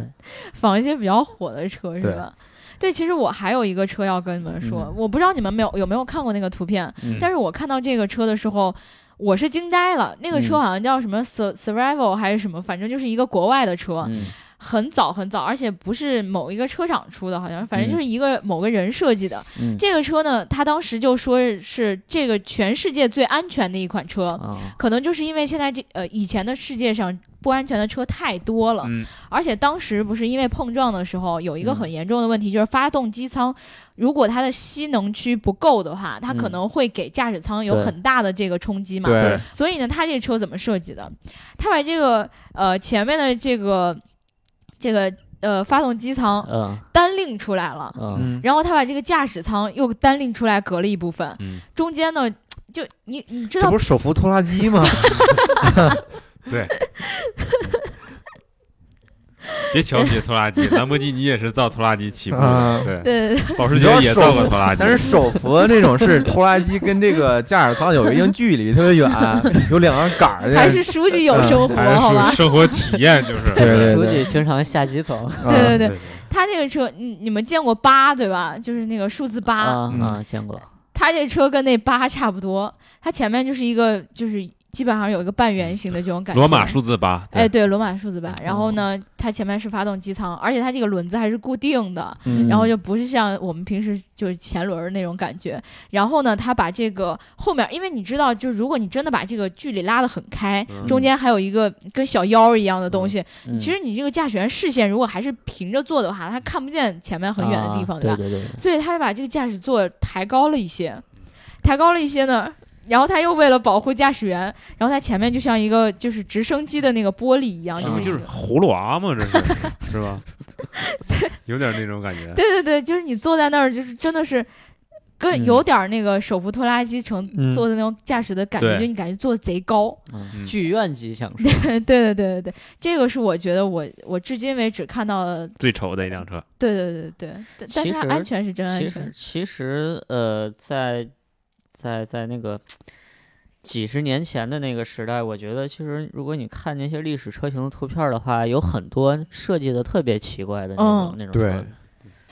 B: 仿一些比较火的车是
C: 对
B: 吧？对，其实我还有一个车要跟你们说，
E: 嗯
B: 我不知道你们没有有没有看过那个图片，
E: 嗯
B: 但是我看到这个车的时候，我是惊呆了。那个车
E: 嗯
B: 好像叫什么 Sur- Survival 还是什么，反正就是一个国外的车，
E: 嗯，
B: 很早很早，而且不是某一个车厂出的，好像反正
E: 嗯
B: 就是一个某个人设计的。
E: 嗯
B: 这个车呢，他当时就说是这个全世界最安全的一款车。
E: 啊，
B: 可能就是因为现在这呃以前的世界上不安全的车太多了，
D: 嗯，
B: 而且当时不是因为碰撞的时候有一个
E: 嗯
B: 很严重的问题，就是发动机舱如果它的吸能区不够的话，它可
E: 嗯
B: 能会给驾驶舱有
E: 对
B: 很大的这个冲击嘛。
C: 对，
B: 所以呢，它这车怎么设计的？它把这个呃前面的这个这个呃发动机舱
E: 嗯
B: 单拎出来了，
E: 嗯，
C: 嗯，
B: 然后它把这个驾驶舱又单拎出来隔了一部分，
D: 嗯
B: 中间呢就你你知
C: 这
B: 道
C: 不是手 扶拖拉机吗？
D: 对，别瞧不 起拖拉机，兰博基尼也是造拖拉机起步
C: 啊
D: 的，对，
B: 对对
D: 保时捷也造过拖拉机
C: 但，是手扶那种是拖拉机跟这个驾驶舱有一定距离，特别远，有两个杆儿
B: 对，
C: 的，
B: 还是书记有生活，
D: 嗯还是
B: 好吧
D: 说？生活体验就是，
C: 对对
E: 书记经常下基层
C: 啊
B: 对对对，
D: 对
B: 他这个车，你你们见过八对吧？就是那个数字八、
E: 啊
C: 嗯
E: 啊，见过
B: 他这车跟那八差不多，它前面就是一个就是基本上有一个半圆形的这种感觉。
D: 罗马。数字八，
B: 哎，
D: 对，
B: 对，罗马数字八。
E: 嗯
B: 然后呢，它前面是发动机舱，而且它这个轮子还是固定的，
C: 嗯
B: 然后就不是像我们平时就是前轮儿那种感觉。然后呢，它把这个后面，因为你知道，就是如果你真的把这个距离拉得很开，
D: 嗯
B: 中间还有一个跟小腰儿一样的东西，
E: 嗯
B: 其实你这个驾驶员视线如果还是平着坐的话，他看不见前面很远的地方，
E: 啊
B: 对吧？
E: 对对对，
B: 所以他就把这个驾驶座抬高了一些，抬高了一些呢。然后他又为了保护驾驶员，然后他前面就像一个就是直升机的那个玻璃一样，
E: 啊
D: 这
B: 就是
D: 不
B: 一
D: 就是
B: 个
D: 葫芦娃吗？这是是 吧？有点那种感觉，
B: 对对对，就是你坐在那儿，就是真的是跟
E: 嗯
B: 有点儿那个手扶拖拉机乘
C: 嗯
B: 坐的那种驾驶的感觉，
D: 对
B: 就你感觉坐得贼高。
E: 嗯
D: 嗯
E: 剧院级享受，
B: 对对对对对，这个是我觉得我我至今为止看到的，
D: 最丑的一辆车，
B: 对对对对，但但
E: 其
B: 它
E: 实
B: 安全是真安
E: 其
B: 全
E: 实。其实呃，在在在那个几十年前的那个时代，我觉得其实如果你看那些历史车型的图片儿的话，有很多设计的特别奇怪的那种、
B: 嗯
E: 那种车
C: 对
E: 子。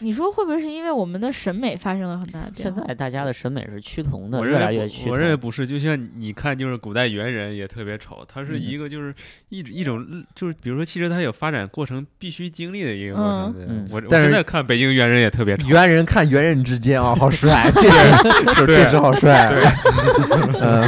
B: 你说会不会是因为我们的审美发生了很大的变
E: 现
B: 化？
E: 在大家的审美是趋同的，
D: 我
E: 越
D: 认
E: 来
D: 为
E: 越
D: 不
E: 趋同。
D: 我认为不是，就像你看，就是古代猿人也特别丑，它是一个就是一一种就是比如说汽车它有发展过程必须经历的一个过程。对
E: 嗯
D: 我我
C: 但是
D: 现在看北京猿人也特别丑，
C: 猿人看猿人之间啊，好 帅，这人这这只好帅，啊嗯，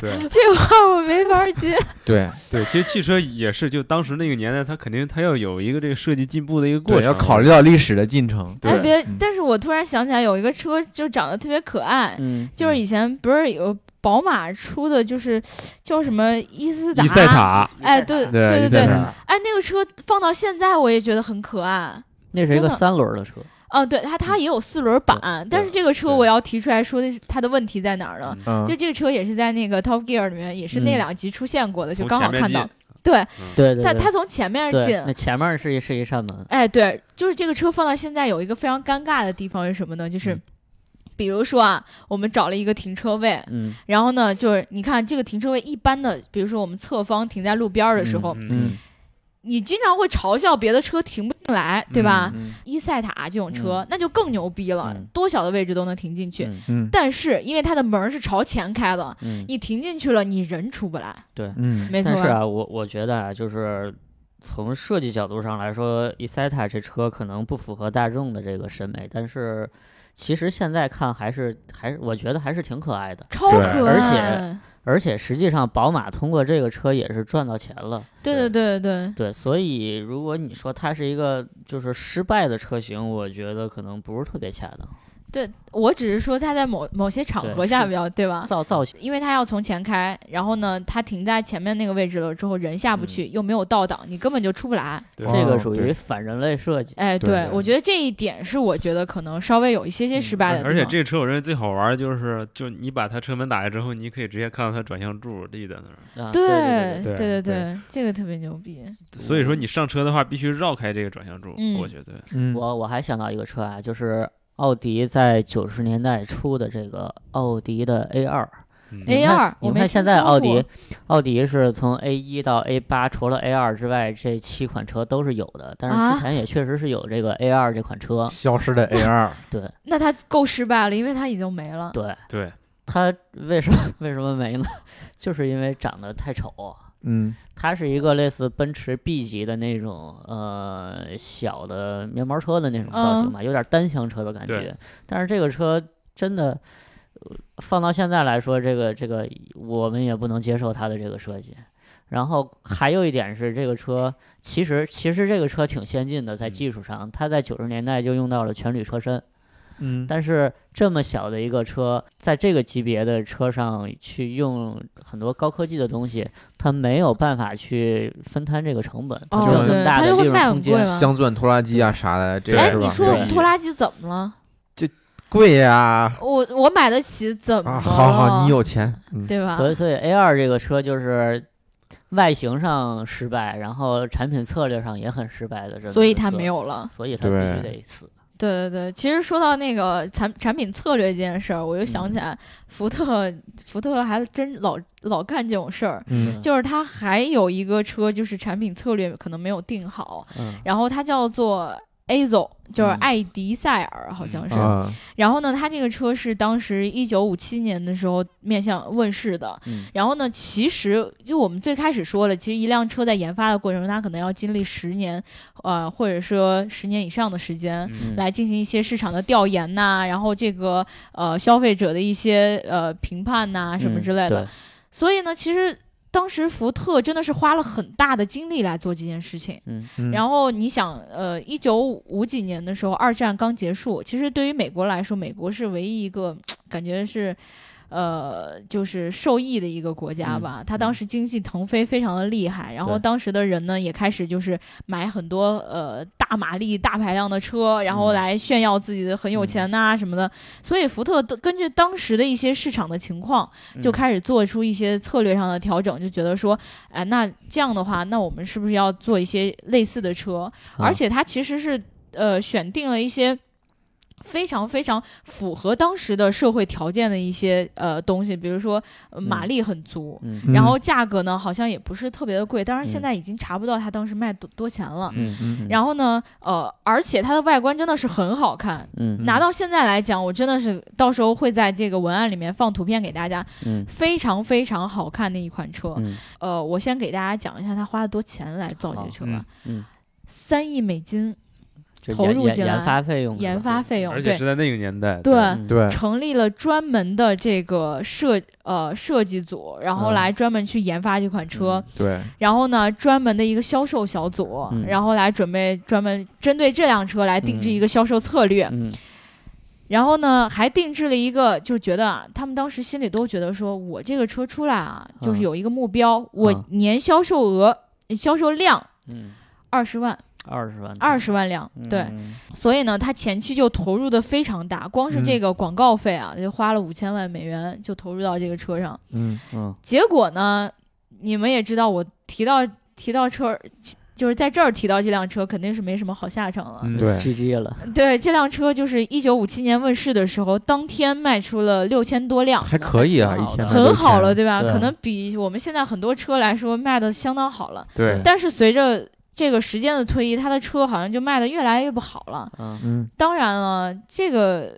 D: 对
B: 这话我没法儿接。
C: 对
D: 对，其实汽车也是，就当时那个年代，它肯定它要有一个这个设计进步的一个过
C: 对，
D: 程，
C: 要考虑到历史的进程，
B: 哎，
D: 对
B: 别
C: 嗯！
B: 但是我突然想起来，有一个车就长得特别可爱，
E: 嗯，
B: 就是以前不是有宝马出的，就是叫什么伊斯达
D: 伊塞塔，
B: 哎对
E: 一代
C: 对
B: 对
C: 一
B: 对
C: 代塔，
B: 哎，那个车放到现在我也觉得很可爱。
E: 那是一个
B: 真的
E: 三轮儿的车，
B: 啊，对，它它也有四轮版，但是这个车我要提出来说的是它的问题在哪儿呢？
D: 嗯
C: 嗯
B: 就，这个车也是在那个 Top Gear 里面，也是那
E: 嗯
B: 两集出现过的，就
D: 从
B: 刚好
D: 前面
B: 看到
D: 进。
B: 对，
E: 对对对，
B: 但它从前面进
E: 对，那前面是一是一扇门，
B: 哎，对，就是这个车放到现在有一个非常尴尬的地方是什么呢？就是
E: 嗯，
B: 比如说啊，我们找了一个停车位，
E: 嗯
B: 然后呢，就是你看这个停车位一般的，比如说我们侧方停在路边儿的时候，
D: 嗯，
E: 嗯
B: 你经常会嘲笑别的车停不进来，对吧？
E: 嗯
B: 伊塞塔这种车、那就更牛逼了，
E: 嗯
B: 多小的位置都能停进去。
E: 嗯
C: 嗯
B: 但是因为它的门儿是朝前开的，
E: 嗯，
B: 你停进去了，你人出不来，
C: 嗯
B: 没错
E: 但
B: 吧。
E: 是啊，我我觉得啊，就是从设计角度上来说伊塞塔这车可能不符合大众的这个审美，但是其实现在看还是还是我觉得还是挺可爱的，
B: 超
C: 对
B: 可爱，
E: 而且而且实际上宝马通过这个车也是赚到钱了，
B: 对对对对
E: 对，所以如果你说它是一个就是失败的车型，我觉得可能不是特别恰当，
B: 对，我只是说它在某某些场
E: 对
B: 合下
E: 是
B: 比较对吧？
E: 造造型。
B: 因为它要从前开，然后呢，它停在前面那个位置了之后，人下不
E: 嗯
B: 去，又没有倒档，你根本就出不来。
D: 对
E: 这
C: 哦
E: 个属
C: 对
E: 于反人类设计，
B: 哎，
C: 对
B: 我觉得这一点是我觉得可能稍微有一些些失
E: 嗯
B: 败的地
D: 而
B: 方。
D: 且这个车我认为最好玩的就是，就你把它车门打开之后，你可以直接看到它转向柱立在那儿。
E: 啊对
B: 对
E: 对
D: 对对
B: 对
D: 对
B: 对，这个特别牛逼。
D: 所以说你上车的话，必须绕开这个转向柱
B: 嗯，
D: 我觉得。
C: 嗯，
E: 我我还想到一个车啊，就是奥迪在九十年代出的这个奥迪的 A 二
D: 嗯
B: A2 我
E: 你们
B: 没
E: 看现
B: 听
E: 在
B: 说
E: 奥迪
B: 过，
E: 奥迪是从 A 一到 A 八，除了 A 二之外，这七款车都是有的。但是
B: 啊
E: 之前也确实是有这个 A 二这款车，
C: 消失的 A 二，
E: 对
B: 那它够失败了，因为它已经没了。
E: 对。
D: 对，
B: 哎
E: 它为什么 为什么没呢？就是因为长得太丑。
C: 嗯
E: 它是一个类似奔驰 B 级的那种呃小的面包车的那种造型吧，有点单厢车的感觉
D: 对。
E: 但是这个车真的呃放到现在来说，这个这个我们也不能接受它的这个设计。然后还有一点是，这个车其实其实这个车挺先进的，在
D: 嗯
E: 技术上，它在九十年代就用到了全铝车身，
C: 嗯，
E: 但是这么小的一个车，在这个级别的车上去用很多高科技的东西，它没有办法去分摊这个成本，它
B: 哦
E: 没有这
B: 对
E: 么大
B: 它
E: 的
B: 就会
E: 利
B: 卖
E: 润
B: 很
E: 空
B: 贵
E: 间。
B: 嘛。
C: 镶钻拖拉机啊啥的，这
D: 对
C: 个
B: 哎，
C: 是
B: 你
C: 吧？
B: 说我们
E: 对
B: 拖拉机怎么了？
C: 贵呀，
B: 我我买得起，怎么哦
C: 啊，
B: 了？
C: 好好，你有钱，嗯
B: 对吧？
E: 所以，所以 A 二这个车就是外形上失败，然后产品策略上也很失败的这么一个
B: 所以它没，有了。
E: 所以它必
C: 对
E: 须得死。
B: 对对对，其实说到那个产产品策略这件事儿，我又想
E: 嗯
B: 起来，福特福特还真老老干这种事儿。
C: 嗯
B: 就是它还有一个车，就是产品策略可能没有定好，
E: 嗯
B: 然后它叫做 Azo，就是
E: 嗯
B: 艾迪塞尔，好像是。
C: 啊，
B: 然后呢，它这个车是当时一九五七年的时候面向问世的。
E: 嗯
B: 然后呢，其实就我们最开始说了，其实一辆车在研发的过程中，它可能要经历十年，呃，或者说十年以上的时间。
D: 嗯
B: 来进行一些市场的调研呐、然后这个呃消费者的一些呃评判呐、什
E: 嗯
B: 么之类的，，所以呢，其实当时福特真的是花了很大的精力来做这件事情。
E: 嗯
C: 嗯
B: 然后你想，呃，一九五几年的时候，二战刚结束，其实对于美国来说，美国是唯一一个感觉是。呃，就是受益的一个国家吧，它当时经济腾飞非常的厉害，然后
E: 对
B: 当时的人呢也开始就是买很多呃大马力、大排量的车，然后
E: 嗯
B: 来炫耀自己的很有钱呐、什么的。所以福特都根据当时的一些市场的情况，就开始做出一些策略上的调整，就觉得说，哎，那这样的话，那我们是不是要做一些类似的车？而且它其实是呃选定了一些。非常非常符合当时的社会条件的一些呃东西，比如说呃马力很足，
E: 嗯
C: 嗯
B: 然后价格呢好像也不是特别的贵，当然现
E: 嗯
B: 在已经查不到它当时卖多多钱了。
E: 嗯
C: 嗯
B: 然后呢，呃，而且它的外观真的是很好看，
E: 嗯
B: 拿到现在来讲，我真的是到时候会在这个文案里面放图片给大家，
E: 嗯
B: 非常非常好看的一款车。
E: 嗯
B: 呃，我先给大家讲一下他花了多钱来哦造这个车吧，
E: 嗯，
B: 三亿美金
E: 这
B: 投
E: 研
B: 入
E: 研
B: 进来
E: 研发费用是吧，
B: 研发费用，
D: 而且
B: 对
D: 是在那个年代，
B: 对。
E: 嗯
C: 对，
B: 成立了专门的这个设呃设计组，然后
E: 嗯
B: 来专门去研发这款车，
C: 对，
B: 然后呢专门的一个销售小组，
E: 嗯
B: 然后来准备专门针对这辆车来定制一个销售策略。
E: 嗯
B: 然后呢，还定制了一个，就觉得啊，他们当时心里都觉得说，我这个车出来啊，
E: 嗯
B: 就是有一个目标，我
E: 嗯
B: 年销售额、销售量
E: 嗯，
B: 二十万，
E: 二十万，
B: 二
E: 十，
B: 十万辆，对。
E: 嗯，
B: 所以呢，他前期就投入的非常大，光是这个广告费啊，就花了五千万美元就投入到这个车上。
C: 嗯
E: 嗯
B: 结果呢，你们也知道，我提到提到车，就是在这儿提到这辆车，肯定是没什么好下场了。
D: 嗯
C: 对，
E: ，GG 了，
B: 对，这辆车就是一九五七年问世的时候，当天卖出了六千多辆，
C: 还可以啊，
E: 还挺
C: 一天
E: 好的
C: 卖
B: 很好
C: 6000
B: 了，，对吧？
E: 对
B: 可能比我们现在很多车来说卖的相当好了。
C: 对，
B: 但是随着这个时间的推移，它的车好像就卖的越来越不好了。
E: 嗯
C: 嗯，
B: 当然了，这个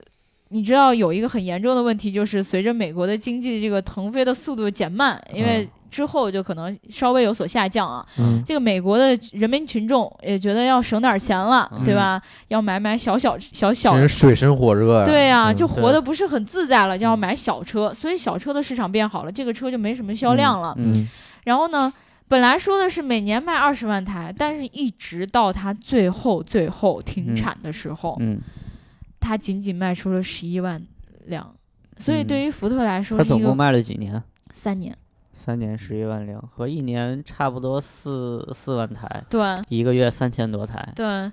B: 你知道有一个很严重的问题，就是随着美国的经济这个腾飞的速度减慢，因为
E: 嗯
B: 之后就可能稍微有所下降啊。
C: 嗯
B: 这个美国的人民群众也觉得要省点钱了，
E: 嗯
B: 对吧？要买买小小小小
C: 真是水深火热呀，
B: 对呀、
C: 嗯
B: 就活
E: 对
B: 得不是很自在了，就要
E: 嗯
B: 买小车，所以小车的市场变好了，这个车就没什么销量了。
E: 嗯
B: 然后呢，本来说的是每年卖二十万台，但是一直到它最后最后停
E: 嗯
B: 产的时候，
E: 嗯，
B: 它仅仅卖出了十一万辆，所以
E: 嗯
B: 对于福特来说
E: 它
B: 是一
E: 总共
B: 个
E: 卖了几年？
B: 三年。
E: 三年十一万辆，和一年差不多四四万台，
B: 对
E: 一个月三千多台。
B: 对，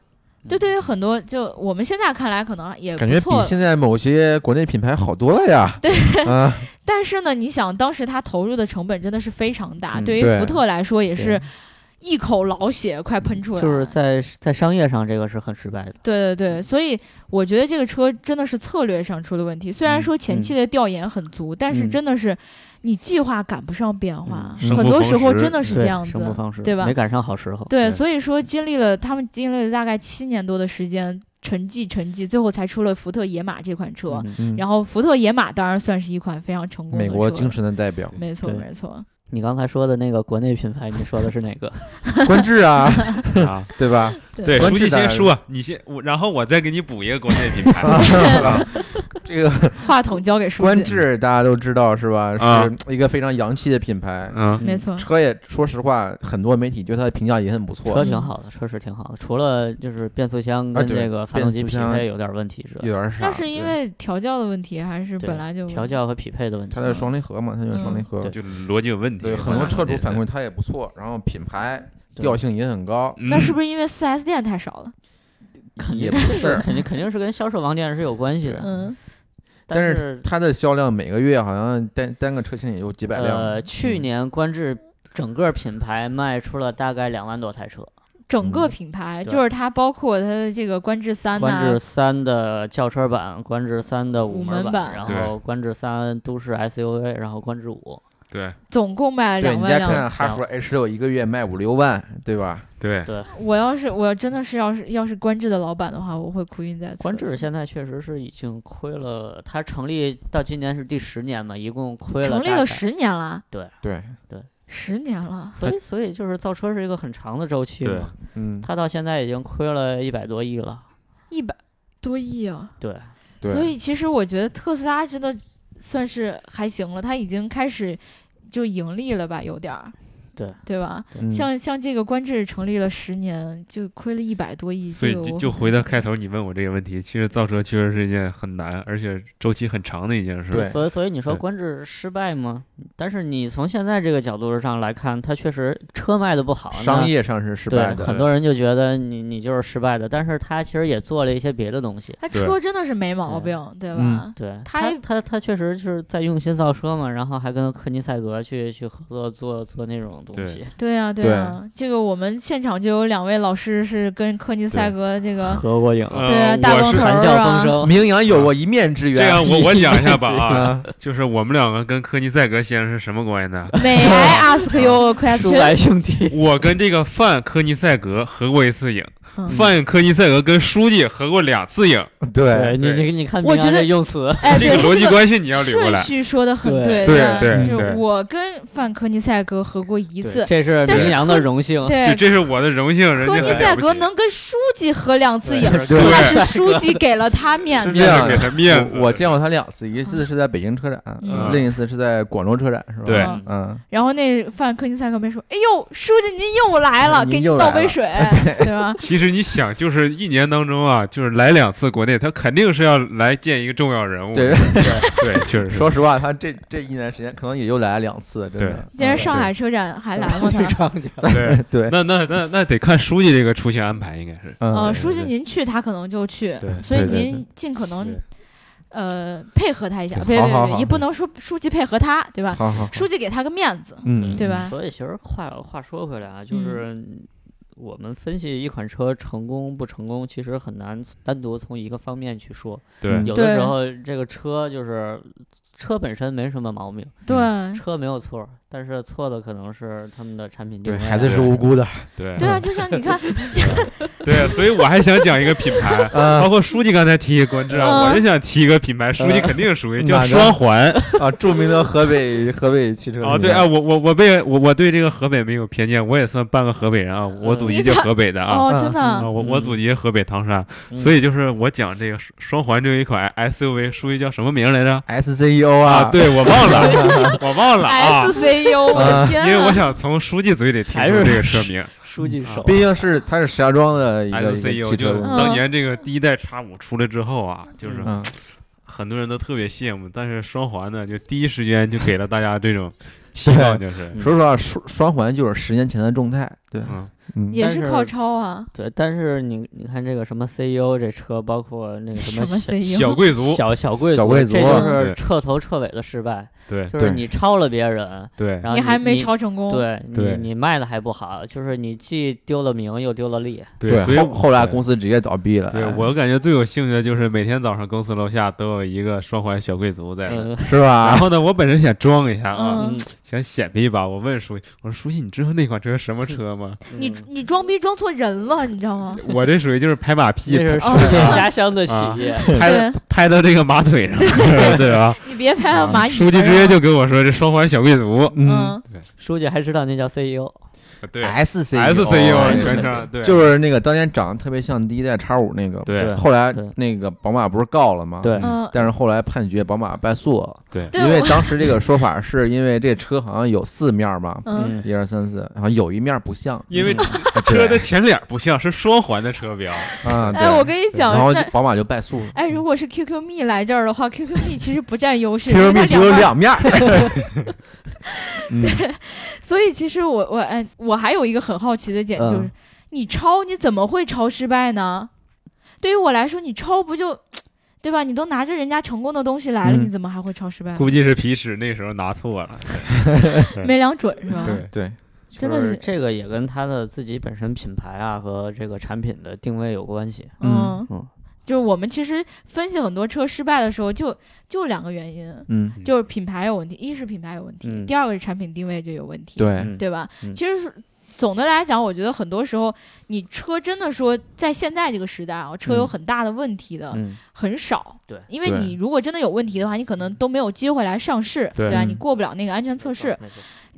B: 这对于很多就我们现在看来可能也
C: 感
B: 不
C: 觉比
B: 错，
C: 现在某些国内品牌好多了呀。对啊，
B: 但是呢，你想当时它投入的成本真的是非常大，
E: 嗯
B: 对于
C: 对
B: 福特来说也是
E: 对
B: 一口老血快喷出来了，
E: 就是在在商业上，这个是很失败的。
B: 对对对，所以我觉得这个车真的是策略上出了问题。虽然说前期的调研很足，但是
E: 嗯
B: 真的是你计划赶不上变化，
D: 嗯生
B: 很
D: 不
B: 多
D: 逢
B: 时候
D: 时
B: 真的是
E: 对
B: 这样子
E: 生活。方式
B: 对吧
E: 没赶上好时候。
B: 对，
E: 对
B: 所以说经历了他们经历了大概七年多的时间沉寂沉寂，最后才出了福特野马这款车。
E: 嗯
C: 嗯
B: 然后福特野马当然算是一款非常成功的
C: 美
B: 车，
C: 国精神的 代表，
B: 没错
E: 对
B: 没错。
E: 你刚才说的那个国内品牌，你说的是哪个？
C: 观致 啊，
D: 啊，
C: 对吧？
D: 对，
C: 关
D: 书
C: 键
D: 记
C: 在
D: 先说，你先我，然后我再给你补一个国内品牌。
C: 这个
B: 话筒交给书
C: 观
B: 记，
C: 致大家都知道是吧？
D: 啊
C: 是一个非常洋气的品牌，
D: 嗯，
B: 没错，
C: 车也说实话，很多媒体对它的评价也很不
E: 车
C: 错，
E: 挺好的，车是挺好的，除了就是变速箱
C: 啊
E: 跟
C: 对
E: 这个发动机
C: 变
E: 匹
C: 速箱
E: 配有点问题之外，
C: 有点傻
B: 那。是因
E: 对
B: 为调教的问题，还是
E: 对
B: 本来就
E: 调教和匹配的问题。
C: 它的双离合嘛，它就是双离
B: 嗯
C: 合。
E: 对
D: 就逻辑有问题。
C: 对，很多车主反
D: 对
C: 馈它也不错，然后品牌
E: 对
C: 调性也很高，
D: 嗯
B: 那是不是因为 4S 店太少了？
E: 肯
C: 也
E: 定
C: 不是。
E: 肯定肯定是跟销售网点是有关系的，
B: 嗯，
E: 但
C: 但它的销量每个月好像单单个车型也就几百辆。
E: 呃，去
C: 嗯
E: 年观致整个品牌卖出了大概两万多台车，
B: 啊整个品牌，
E: 嗯对
B: 就是它包括它的这个观致三呐、
E: 观致三的轿车版，观致三的
B: 五
E: 五
B: 门
E: 门
B: 版
E: 然
D: 对
E: 后观致三都市 SUV，然后观致五，
D: 对
B: 总共卖
C: 对
B: 两
C: 你
B: 万
C: 再
B: 辆。
E: 啊
C: 看哈弗 H 六一个月卖五六万，对吧？
D: 对
B: 我要是我真的是要是要是观致的老板的话，我会哭晕在厕所。
E: 观致现在确实是已经亏了，它成立到今年是第十年嘛，一共亏了
B: 成立
E: 大
B: 了
E: 概，
B: 十年了，
C: 对，
B: 十年了，
E: 所以所以就是造车是一个很长的周期
D: 对
E: 嘛，
C: 嗯，
E: 它到现在已经亏了一百多亿了，
B: 一百多亿啊！
E: 对，
C: 对，
B: 所以其实我觉得特斯拉真的算是还行了，它已经开始就盈利了吧，有点儿。
E: 对
B: 对吧？
C: 嗯
B: 像像这个观致成立了十年，就亏了一百多亿，
D: 所以
B: 这个
D: 就
B: 我
D: 就回到开头你问我这个问题，其实造车确实是一件很难，而且周期很长的一件事。
C: 对
E: 所以所以你说
D: 对
E: 观致失败吗？但是你从现在这个角度上来看，它确实车卖的不好，那
C: 商业上是失
E: 对，
C: 败的，
E: 很多人就觉得你你就是失败的，但是他其实也做了一些别的东西。
B: 它
D: 对
B: 车真的是没毛病，对吧
C: 嗯？
E: 对
B: 他
E: 他，他他确实是在用心造车嘛，然后还跟科尼赛格去去合作做做那种东
D: 对
E: 西，
B: 对啊，对啊，这个我们现场就有两位老师是跟科尼赛格这个
E: 合过影，
D: 呃
B: 对啊大
D: 我
B: 光
D: 是
B: 头
E: 谈
B: 儿
E: 笑风
B: 啊，
E: 生。
C: 名扬有过一面之缘。
D: 这样，我我讲一 下吧啊，
C: 啊，
D: 就是我们两个跟科尼赛格先生是什么关系呢？
B: May I ask you a
E: 叔
B: question？
E: 白兄弟，
D: 我跟这个范科尼赛格合过一次影，
B: 嗯
D: 范科尼赛格跟书记合过两次影，
C: 对，
E: 你
D: 对
E: 你你看，
B: 我觉得
E: 用词，
B: 哎，
D: 这
B: 对
D: 个逻辑
B: 这个
D: 关系你要捋过
B: 顺
D: 来。
B: 序说的很对
E: 对
B: 的
D: 对对
B: 就是
D: 对
B: 我跟范科尼赛格合过一次
E: 对，这是
B: 但
D: 是
E: 名扬的荣幸。
D: 就
B: 对，
D: 这是我的荣幸，人家
B: 科尼
D: 很
B: 赛
D: 了不
B: 格
D: 起
B: 能跟书记合两次影，
C: 对
B: 那
D: 对
B: 是书记给了他面
C: 是
B: 子。
C: 这样
D: 给
C: 的。
D: 他面子。
C: 我见过他两次，一次是在北京车展，
B: 嗯
C: 另一次是在广州车展，是吧？
D: 对
B: 嗯
C: 嗯，
B: 然后那范科尼赛格没说：“哎呦，书记您又来了，
C: 嗯
B: 给
C: 您
B: 您
C: 又
B: 倒
C: 来
B: 杯
C: 了
B: 水，对吧？”
D: 其实你想，就是一年当中啊，就是来两次国内，他肯定是要来见一个重要人物。
C: 对。
D: 对，确 实是。
C: 说实话，他这这一年时间可能也就来了两次，真的。
B: 今天
C: 嗯
B: 上海车展还来吗？ 他？
E: 张家，
D: 对，
C: 对，
D: 那那那那得看书记这个出行安排，应该是。
B: 呃，
C: 嗯，
B: 书记您去，他可能就去，
D: 对
B: 所以
C: 对对
B: 您尽可能
D: 对
B: 呃配合他一下，
C: 对
B: 别
C: 好
B: 别
C: 好
B: 别，
C: 好
B: 也不能说书记配合他，对吧？
C: 好好，好
B: 书记给他个面子，
C: 嗯，
B: 对吧
E: 所以其实话话说回来啊，
B: 嗯
E: 就是我们分析一款车成功不成功，其实很难单独从一个方面去说。
D: 对
C: 嗯
E: 有
B: 对
E: 的时候这个车就是车本身没什么毛病，
B: 对
E: 车没有错儿，但是错的可能是他们的产品定
C: 对，
E: 位啊。
C: 孩子是无辜的，
D: 对
B: 对啊，就像你看，
D: 对，所以我还想讲一个品牌，
C: 嗯
D: 包括书记刚才提起观致啊，
B: 嗯
D: 我就想提一个品牌，书记肯定属于
C: 嗯哪
D: 叫
C: 个
D: 双环。
C: 啊，著名的河北河北汽车
D: 啊，
C: 品
D: 对啊，
C: 牌
D: 我我我被我我对这个河北没有偏见，我也算半个河北人啊， 我祖籍就河北的啊。
B: 哦，
C: 嗯
B: 真
D: 啊，
B: 的，
D: 我我祖籍河北唐山，
E: 嗯
D: 所以就是我讲这个双双环这一款 SUV，书记叫什么名来着？
C: SCEO 啊，
D: 对我 忘了，我忘了啊
B: S，C U，我的
C: 啊
B: 天
D: 因
B: 啊！
D: 为我想从书记嘴里听
E: 还
D: 出
E: 是
D: 这个车名。
E: 书记手，
C: 嗯啊毕竟是他是石家庄的一个一个
D: SCU
C: 汽
D: E 就
C: 车
D: 是
B: 嗯
C: 公司，
D: 当年这个第一代叉五出来之后啊，就是
C: 嗯，
D: 很多人都特别羡慕，但是双环呢，就第一时间就给了大家这 种期望，就是
E: 嗯
C: 说实话，双双环就是十年前的众泰，对，
D: 嗯，
C: 嗯，
B: 也
E: 但
B: 是
E: 是
B: 靠抄啊，
E: 对，但是你你看这个什么 CEO 这车，包括那个什
B: 什
E: 么
B: 么
E: 小
B: C E
D: 小
B: U，
D: 贵族，
E: 小小贵
C: 小贵族
E: 这
C: 啊
E: 就是
D: 对
E: 彻头彻尾的失败，
D: 对
E: 就是
C: 对
E: 你超了别人，
D: 对
E: 然后
B: 你还没
E: 你
B: 抄成功，
E: 对
D: 对
E: 你你卖的还不好，就是你既丢了名又丢了 利。
D: 所以
C: 后后来公
D: 司。
C: 司直接倒闭了，哎
D: 对我感觉最有兴趣的就是每天早上公司楼下都有一个双环小贵族在那儿。
E: 嗯
C: 是
D: 然
C: 吧？
D: 后呢，我本身想装一下啊，
B: 嗯，
D: 想显摆一把。我问书记，我说书记，你知道那款车是什么车吗？
B: 你
E: 嗯
B: 你装逼装错人了，你知道吗？
D: 我这属于就是拍马屁
E: 这，是
B: 哦
E: 书记 家乡的企
D: 啊
E: 业，
D: 拍
B: 对
D: 到拍到这个马腿上，对吧？
B: 你别拍到蚂蚁
D: 书记
B: 身
D: 直接
B: 上
D: 就跟我说这双环小贵族，
B: 嗯，
E: 书记还知道那叫 E CEO。
D: 啊对
C: ，SCEO
D: ，S C E 哦 U 全
E: 是
D: 称，对，
C: 就是那个当年长得特别像第一代叉五那个，
D: 对
C: 后来
E: 对
C: 那个宝马不是告
D: 啊
C: 了吗？
E: 对
B: 嗯，
C: 但是后来判决宝马败诉，
D: 对
B: 对
C: 因为
B: 我
C: 当时这个说法是因为这车好像有四面吧，
B: 嗯，
C: 一二三四，好像有一面 不像，
D: 因
E: 嗯
D: 为 车的前脸不像是双环的车标，
C: 啊，对
B: 哎，我跟你讲，
C: 然后
B: 那
C: 就宝马就败诉了。
B: 哎，如果是 QQ 蜜来这儿的话，QQ 蜜其实不占优势，因为
C: Q
B: 它
C: B 只有
B: 半
C: 两面儿， 嗯
B: 所以其实我我哎，我还有一个很好奇的点就是，
E: 嗯
B: 你抄你怎么会抄失败呢？对于我来说，你抄不就，对吧？你都拿着人家成功的东西来了，
C: 嗯
B: 你怎么还会抄失败？
D: 估计是皮尺那时候拿错了，对
B: 没量准是吧？
D: 对
C: 对，
B: 真的
E: 就是这个也跟它的自己本身品牌啊和这个产品的定位有关系。
B: 嗯，
E: 嗯
B: 就是我们其实分析很多车失败的时候就，就两个原因，
C: 嗯，
D: 嗯
B: 就是品牌有问题，一是品牌有问题，
E: 嗯
B: 第二个是产品定位就有问题，
D: 哎
C: 对，
E: 嗯
B: 对吧？
E: 嗯
B: 其实是总的来讲，我觉得很多时候你车真的说在现在这个时代啊，车有
E: 嗯
B: 很大的问题的、
E: 嗯，
B: 很少，
E: 对
B: 因为
C: 对
B: 你如果真的有问题的话，你可能都没有机会来上市，
D: 对
B: 吧？
C: 嗯
B: 你过不了那个安全测试，
E: 没错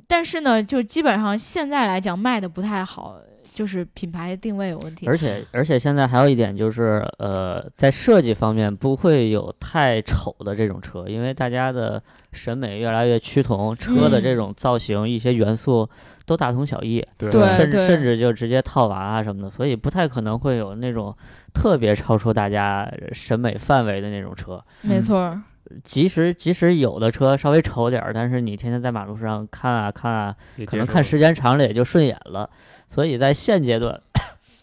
B: 但是呢，就基本上现在来讲卖的不太好，就是品牌定位有问题，
E: 而且而且现在还有一点就是，呃，在设计方面不会有太丑的这种车，因为大家的审美越来越趋同，车
B: 嗯
E: 的这种造型、一些元素都大同小异，
D: 对
B: 对
E: 甚至甚至就直接套娃啊什么的，所以不太可能会有那种特别超出大家审美范围的那种车。
B: 没
C: 嗯
B: 错儿。
E: 即使即使有的车稍微丑点儿，但是你天天在马路上看啊看啊，
D: 也
E: 可
D: 接
E: 能
D: 受
E: 看时间长了也就顺眼了。所以在现阶段，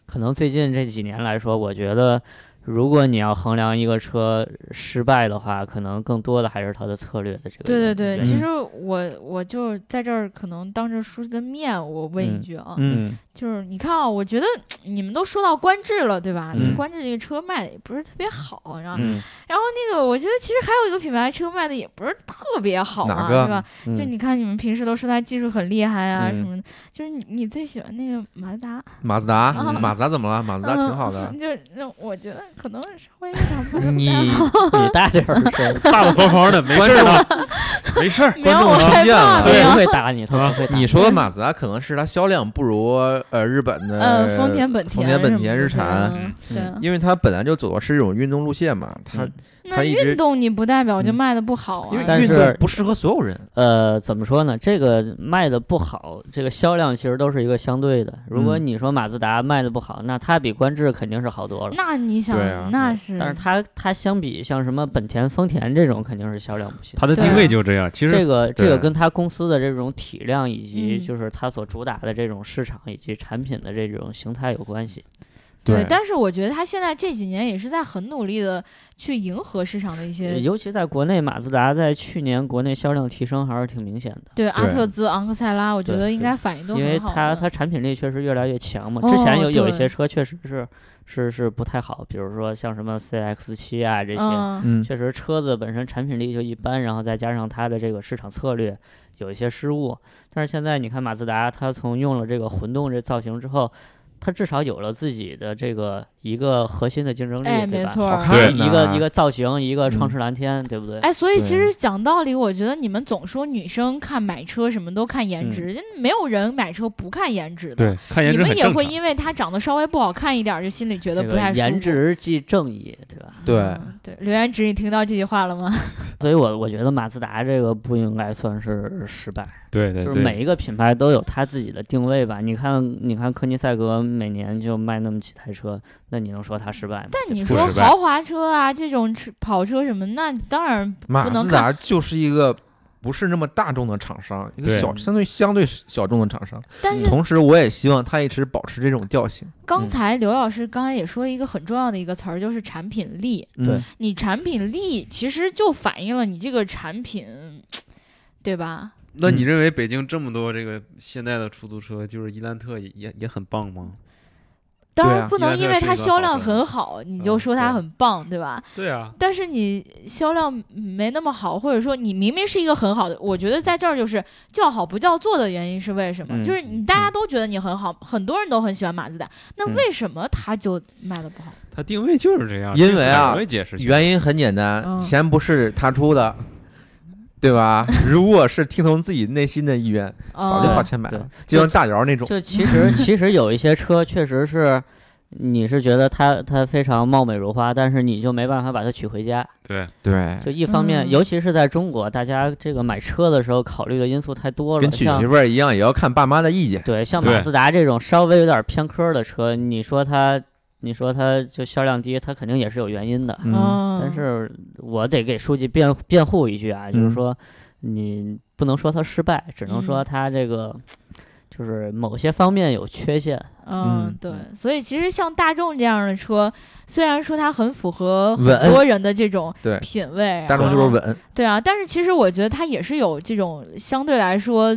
E: 可能最近这几年来说，我觉得如果你要衡量一个车失败的话，可能更多的还是它的策略的这个原
B: 对
E: 因。
B: 对对，
C: 嗯
B: 其实我我就在这儿，可能当着叔叔的面，我问一
E: 嗯
B: 句啊，
C: 嗯，
B: 就是你看啊，我觉得你们都说到观致了，对吧？
E: 嗯
B: 观致这个车卖的也不是特别好，然后、
E: 嗯，
B: 然后那个，我觉得其实还有一个品牌车卖的也不是特别好嘛，
C: 哪个
B: 对吧？
E: 嗯
B: 就你看你们平时都说它技术很厉害啊
E: 嗯
B: 什么的，就是你你最喜欢那个马自达，
C: 马自达，
B: 嗯
C: 马自达怎么了？马自达挺好的
B: 嗯，， 就是那我觉得可能稍微有 点不是
C: 你
B: 太好
E: 你大点儿声，
D: 大大方方的，没事儿的，没事儿。
B: 没有我
C: 观众啊
B: 害怕
C: 听见了
E: 他
B: 没有
E: 不会打你，他不会打
C: 你说的马自达可能是它销量不如呃日本的
B: 呃，丰田本田、
C: 丰田本田
B: 日
C: 日产，嗯
B: 对啊，
C: 因为它本来就走的是这种运动路线嘛，它
E: 嗯
B: 那
C: 它一直
B: 运动你不代表就
C: 嗯
B: 卖的不好啊，
C: 因为
E: 但
C: 运
E: 是
C: 动不适合所有人，
E: 呃，怎么说呢？这个卖的不好，这个销量其实都是一个相对的。如果
C: 嗯
E: 你说马自达卖的不好，那它比观致肯定是好多了。
B: 那嗯你想，
C: 对啊
B: 那是，
E: 但是它它相比像什么本田、丰田这种，肯定是销量不行。
D: 它的定位就这样，其
E: 这
D: 实
E: 个这个
C: 对
E: 跟它公司的这种体量，以及
B: 嗯
E: 就是它所主打的这种市场以及产品的这种形态有关系。
B: 对，但是我觉得他现在这几年也是在很努力的去迎合市场的一些，
C: 呃
E: 尤其在国内，马自达在去年国内销量提升还是挺明显的。
B: 对阿特兹、昂克赛拉，我觉
E: 对
B: 得应
E: 对
B: 该反应都
E: 因为
B: 很好的。
E: 它它产品力确实越来越强嘛。之
B: 哦
E: 前有有一
B: 对
E: 些车确实是是是不太好，比如说像什么 CX 七啊这些，
B: 嗯，
C: 嗯，
E: 确实车子本身产品力就一般，然后再加上它的这个市场策略有一些失误。但是现在你看马自达，它从用了这个混动这造型之后。它至少有了自己的这个一个核心的竞
C: 嗯
E: 争力，
B: 哎，
E: 对
B: 没
E: 吧？
B: 错儿。
C: 看
E: 一个一
C: 个
E: 个造型，一个创
C: 嗯
E: 世蓝天，对不对？
B: 哎，所以其
C: 对
B: 实讲道理，我觉得你们总说女生看买车什么都看颜
E: 嗯
B: 值，真没有人买车不看颜值的。
D: 对看颜
B: 你
D: 值很
B: 们也
D: 正常
B: 会。因为他长得稍微不好看一点儿，就心里觉
E: 这
B: 得
E: 个
B: 不太舒服。
E: 颜值即正义，对吧？
C: 对
B: 嗯对，刘颜值，你听到这句话了吗？
E: 所以我我觉得马自达这个不应该算是失败。
D: 对哎对
E: 就是
D: 对，
E: 每一个品牌都有它自己的定位吧。你看，你看科尼赛格每年就卖那么几台车，那你能说它失败吗？
B: 但
E: 对
B: 你
E: 吧
D: 不
B: 说
D: 失败
B: 豪华车啊，这种车跑车什么，那当然
C: 马
B: 不能
C: 自
B: 看
C: 达就是一个不是那么大众的厂商，一个
D: 对
C: 小相对相对小众的厂商。
B: 但是
C: 同时，我也希望它一直保持这种调性。
B: 刚
E: 嗯
B: 才刘老师刚才也说一个很重要的一个词儿，就是产品力。
E: 对
C: 嗯
B: 你产品力其实就反映了你这个产品，对吧？
D: 那你认为北京这么多这个现代的出租车，就是伊兰特也也也很棒吗？
B: 当
C: 对
B: 然
C: 啊
B: 不能因为它销量
D: 应该
B: 很
D: 算是一个
B: 好，你就说它
D: 嗯
B: 很棒，对吧？
D: 对啊，
B: 但是你销量没那么好，或者说你明明是一个很好的，我觉得在这儿就是叫好不叫座的原因是为什么？
E: 嗯
B: 就是你大家都觉得你很好，很多人都很喜欢马自达，那
E: 嗯
B: 为什么它就卖的不好？
D: 它定位就是这样，
C: 因为啊
D: 这很容易解释清楚。
C: 原因很简单，
B: 嗯
C: 钱不是他出的，对吧？如果是听从自己内心的意愿，早就
B: 嗯
C: 花钱买了
E: 对，
C: 就像大姚那种。
E: 就其实 其实有一些车确实是，你是觉得它它非常貌美如花，但是你就没办法把它娶回家。
D: 对，
C: 对，
E: 就一方面，
B: 嗯
E: 尤其是在中国，大家这个买车的时候考虑的因素太多
C: 跟
E: 了，
C: 娶
E: 像
C: 媳妇儿一样，也要看爸妈的意见。
E: 对，像
D: 对
E: 马自达这种稍微有点偏科的车，你说它，你说它就销量低，它肯定也是有原因的。
C: 嗯，
B: 哦
E: 但是我得给书记辩辩护一句啊，就
C: 嗯
E: 是说你不能说它失败，只能说
B: 嗯
E: 它这个就是某些方面有缺陷。
B: 嗯
C: 嗯，
B: 对，所以其实像大众这样的车，虽然说它很符合很
C: 稳
B: 多人的这种
C: 对
B: 品味，
C: 大众就是，稳，
B: 啊对啊，但是其实我觉得它也是有这种相对来说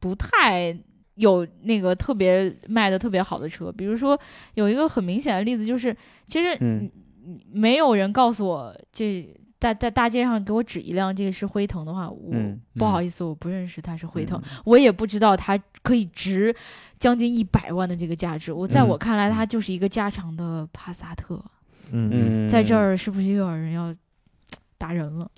B: 不太有那个特别卖的特别好的车，比如说有一个很明显的例子就是，其实
E: 嗯
B: 你没有人告诉我这。在在大街上给我指一辆这个是辉腾的话，我、
E: 嗯
B: 不好
D: 嗯
B: 意思，我不认识它是辉腾，
E: 嗯
B: 我也不知道它可以值将近一百万的这个价值。我在
E: 嗯
B: 我看来，它就是一个家常的帕萨特。
C: 嗯
E: 嗯，
B: 在这儿是不是又有人要打人了？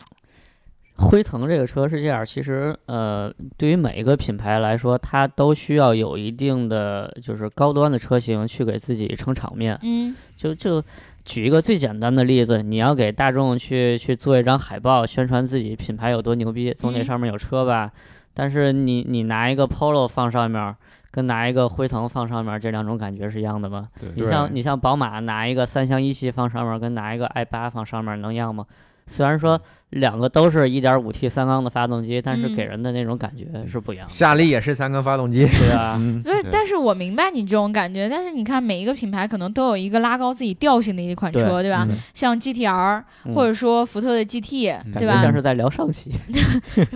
E: 辉腾这个车是这样，其实呃，对于每一个品牌来说，它都需要有一定的就是高端的车型去给自己撑场面。
B: 嗯
E: 就就举一个最简单的例子，你要给大众去去做一张海报，宣传自己品牌有多牛逼，总得
B: 嗯
E: 上面有车吧。但是你你拿一个 Polo 放上面儿，跟拿一个辉腾放上面儿，这两种感觉是一样的吗？你
D: 对
C: 对
E: 像你像宝马拿一个三厢一系放上面，跟拿一个 i 八放上面能一样吗？虽然说两个都是一点五 T 三缸的发动机，但是
B: 嗯
E: 给人的那种感觉是不一样的，
C: 夏利也是三缸发动机，
E: 对 啊吧？
D: 嗯
B: 不是，
D: 对
B: 但是我明白你这种感觉。但是你看，每一个品牌可能都有一个拉高自己调性的一款车，对啊吧？
C: 嗯
B: 像 GTR，、
E: 嗯
B: 或者说福特的 GT，、
D: 嗯
E: 感
B: 对
E: 觉
B: 吧？
E: 像是在聊上期，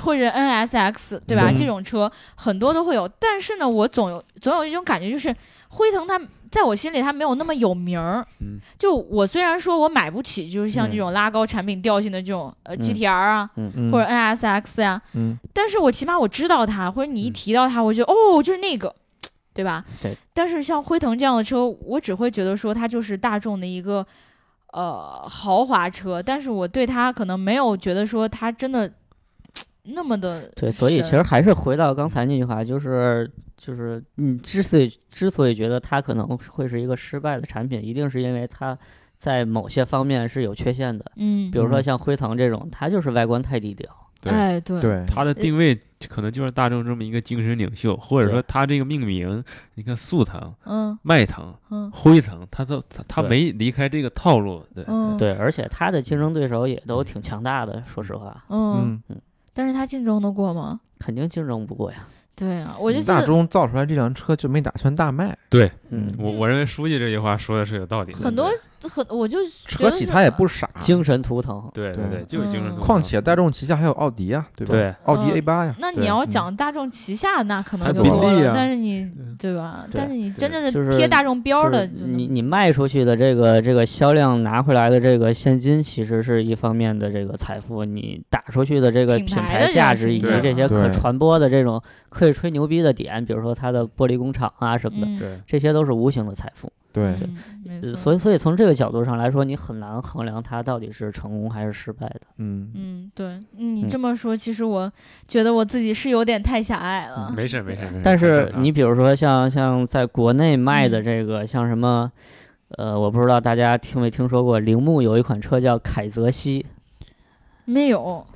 B: 或者 NSX，对吧？
E: 嗯
B: 这种车很多都会有。但是呢，我总有总有一种感觉，就是辉腾它在我心里它没有那么有名儿。
D: 嗯
B: 就我虽然说我买不起，就是像这种拉高产品调性的这种、呃
E: 嗯
B: GTR 啊，
C: 嗯
B: 或者 NSX 呀、
C: 嗯
B: 但是我起码我知道它，或者你一
D: 嗯
B: 提到它，我就哦，就是那个，对吧？
E: 对。
B: 但是像辉腾这样的车，我只会觉得说它就是大众的一个呃豪华车，但是我对它可能没有觉得说它真的那么的
E: 对，所以
B: 神
E: 其实还是回到刚才那句话，就是就是你之所以之所以觉得它可能会是一个失败的产品，一定是因为它在某些方面是有缺陷的，
B: 嗯
E: 比，如说
C: 嗯
E: 像辉腾这种，它就是外观太低调。
D: 对
B: 哎对
C: 对，
D: 他
E: 呃
D: 的定位可能就是大众这么一个精神领袖，或者
E: 对
D: 说他这个命名，你看速腾、
B: 嗯
D: 迈腾、
B: 嗯
D: 辉腾，他都他他
E: 对
D: 没离开这个套路，对，
B: 嗯
E: 对，而且它的竞争对手也都挺强大的，说实话，
B: 嗯，
C: 嗯，
B: 但是它竞争得过吗？
E: 肯定竞争不过呀。
B: 对啊，我就记
C: 嗯大
B: 得
C: 众造出来这辆车就没打算大卖，
E: 嗯，
D: 我我认为书记这句话说的是有道理的，
B: 很多
D: 对
B: 很，我就觉
C: 车
B: 得
C: 企
B: 是
C: 他也不傻，
E: 精神图腾，
D: 对对
C: 对
D: 对，就是精神
B: 嗯
D: 头脑。
C: 况且大众旗下还有奥迪呀，对吧？
D: 对，
C: 奥迪
B: 嗯
C: A 八呀，
B: 那你
D: 对
B: 要
C: 嗯
B: 讲大众旗下，那可能
D: 还
B: 就
C: 比
B: 多
C: 例
B: 了，
C: 啊
B: 但是你对吧？
E: 嗯对
B: 但是你真正
E: 就是是
B: 贴大众标儿
E: 就
B: 的，
E: 是
B: 就
E: 你
B: 能
E: 你卖出去的这个这个销量拿回来的这个现金，其实是一方面的这个财富，你打出去的这个
B: 品
E: 品
B: 牌的
E: 牌
B: 这
E: 价
B: 种
E: 值以及
D: 形象
E: 这些可
C: 对
E: 传播的这种可以吹牛逼的点，比如说它的玻璃工厂啊什么的，
B: 嗯
D: 对，
E: 这些都是无形的财富。
C: 对
B: 嗯没
E: 呃
B: 错
E: 所以所以从这个角度上来说，你很难衡量它到底是成功还是失败的。
C: 嗯，
B: 嗯，对你
E: 嗯
B: 这么说，其实我觉得我自己是有点太狭隘
E: 嗯
B: 了。
D: 没事没事没事。
E: 但
D: 没
E: 是
D: 事啊
E: 你比如说像像在国内卖的
B: 嗯
E: 这个，像什么，呃，我不知道大家听没听说过，铃木有一款车叫凯泽西，
B: 没有，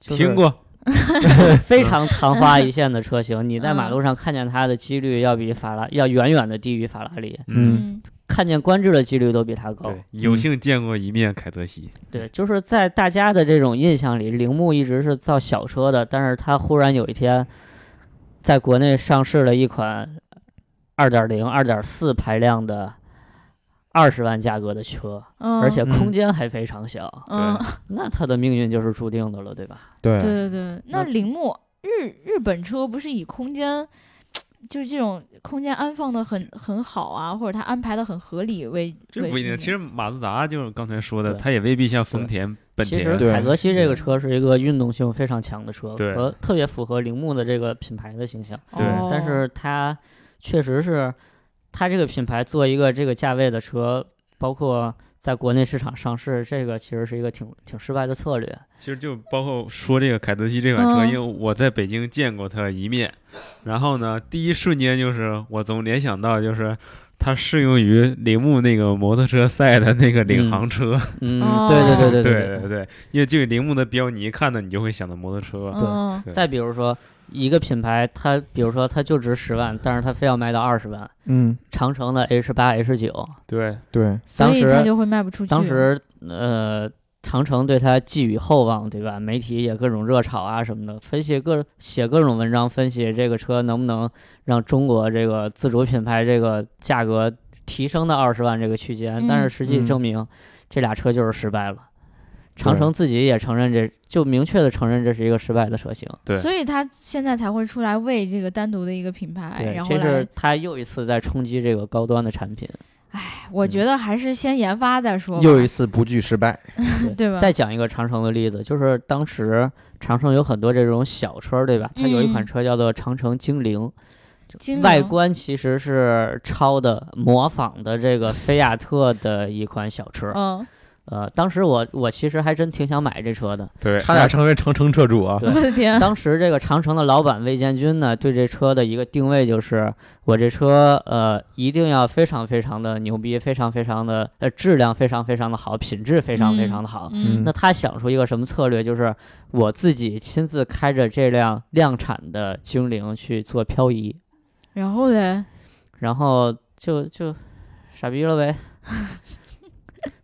E: 就是
D: 听过，
E: 非常昙花一现的车型，你在马
B: 嗯
E: 路上看见它的几率要比法拉要远远的低于法拉利，
C: 嗯
B: 嗯
E: 看见观致的几率都比它高。嗯
D: 对，有幸见过一面凯泽西，
E: 对，就是在大家的这种印象里，铃木一直是造小车的，但是它忽然有一天，在国内上市了一款二点零、二点四排量的二十万价格的车，
B: 嗯，
E: 而且空
C: 嗯
E: 间还非常小，
B: 嗯，
E: 那它的命运就是注定的了，对吧？
C: 对
B: 对对对，那
E: 那
B: 铃木日日本车不是以空间。就是这种空间安放的很很好啊，或者它安排的很合理为
D: 这
B: 为
D: 不一
B: 那个
D: 定。其实马自达就是刚才说的，
E: 对
D: 它也未必像丰田、本
E: 其
D: 田
E: 实
C: 对
E: 凯泽西这个
D: 对
E: 车是一个运动性非常强的车，
D: 对
E: 和特别符合铃木的这个品牌的形象。
D: 对
B: 哦
E: 但是它确实是，它这个品牌做一个这个价位的车，包括在国内市场上市，这个其实是一个挺挺失败的策
B: 哦
E: 略。
D: 其实就包括说这个凯泽西这款车，
B: 嗯
D: 因为我在北京见过它一面，然后呢，第一瞬间就是我总联想到就是它适用于铃木那个摩托车赛的那个领航车，
E: 嗯，
B: 哦
E: 对对对对
D: 对对对，因为这个铃木的标，你一看呢，你就会想到摩托车。
B: 嗯
D: 对
E: 再比如说，一个品牌，它比如说它就值十万，但是它非要卖到二十万。
C: 嗯
E: 长城的 H 八、H 九，
D: 对，
C: 对，
B: 所以
E: 当时
B: 它就会卖不出去。
E: 当时呃，长城对它寄予厚望，对吧？媒体也各种热炒啊什么的，分析各写各种文章，分析这个车能不能让中国这个自主品牌这个价格提升到二十万这个区间。但
B: 嗯
E: 是实际
C: 嗯
E: 证明，这俩车就是失败了。长
D: 对
E: 城自己也承认这，就明确的承认这是一个失败的车型。
D: 对
B: 所以他现在才会出来为这个单独的一个品牌，
E: 对
B: 哎然，后
E: 这
B: 来
E: 是他又一次在冲击这个高端的产品。
B: 哎我觉得还是先研发再说吧，
C: 又一次不惧失败。
B: 对吧？
E: 再讲一个长城的例子，就是当时长城有很多这种小车，对吧？它有一款
B: 嗯
E: 车叫做长城精灵，
B: 精
E: 外
B: 灵
E: 观其实是抄的、模仿的这个菲亚特的一款小车。
B: 嗯，
E: 呃，当时我我其实还真挺想买这 车的。
D: 对，
C: 差点成为长城车主啊！
E: 对
B: 我的 天，
E: 当时这个长城的老板魏建军呢，对这车的一个定位就是，我这车呃一定要非常非常的牛逼，非常非常的呃质量非常非常的好，品质非常非常的好。
B: 嗯
E: 那他想出一个什么策略？就是我自己亲自开着这辆量产的精灵去做漂移，
B: 然后呢？
E: 然后就就傻逼了呗。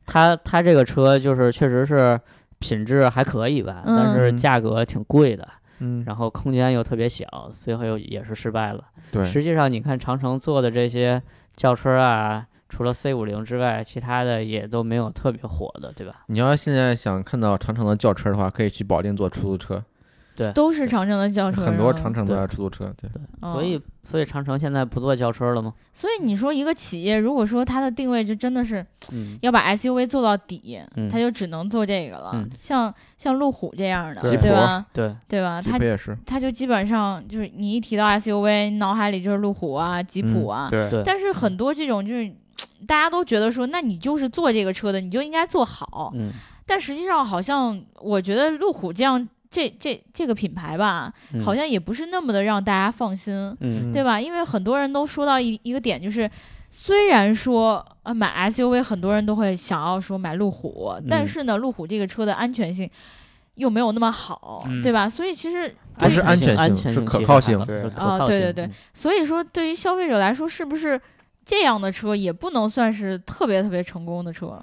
E: 他他这个车就是确实是品质还可以吧，但是
C: 嗯
E: 价格挺贵的，
C: 嗯，
E: 然后空间又特别小，最后又也是失败了。
C: 对
E: 实际上你看长城做的这些轿车啊，除了 C 五零之外，其他的也都没有特别火的，对吧？
C: 你要现在想看到长城的轿车的话，可以去保定坐出租车，
E: 对
B: 都是长城的轿车，
C: 很多
B: 是吧
C: 长，城的出租车。对，
B: 嗯
E: 所以所以长城现在不做轿车了吗？
B: 所以你说一个企业，如果说它的定位就真的是
E: 嗯，
B: 要把 SUV 做到底，
E: 嗯
B: 它就只能做这个了。
E: 嗯
B: 像像路虎这样的，
E: 对
B: 对吧？
E: 对，
B: 对吧？
C: 吉
B: 它
C: 普也是。
B: 它就基本上就是你一提到 SUV，脑海里就是路虎啊、吉普
C: 嗯
B: 啊。
D: 对
E: 对
B: 但是很多这种就是嘖大家都觉得说，那你就是做这个车的，你就应该做好。
E: 嗯，
B: 但实际上，好像我觉得路虎这样这这这个品牌吧，
E: 嗯
B: 好像也不是那么的让大家放心。
E: 嗯
B: 对吧？因为很多人都说到一一个点，就是虽然说呃买 SUV 很多人都会想要说买路虎，但
E: 嗯
B: 是呢，路虎这个车的安全性又没有那么好，
D: 嗯
B: 对吧？所以其实
C: 不是安全性
E: 安全
C: 是
E: 性
C: 可
E: 其实
C: 靠
E: 还
C: 性
E: 好
D: 对
E: 是可
B: 啊
E: 靠
B: 对
E: 性
B: 对对
E: 嗯
B: 所以说对于消费者来说，是不是这样的车也不能算是特别特别成功的车？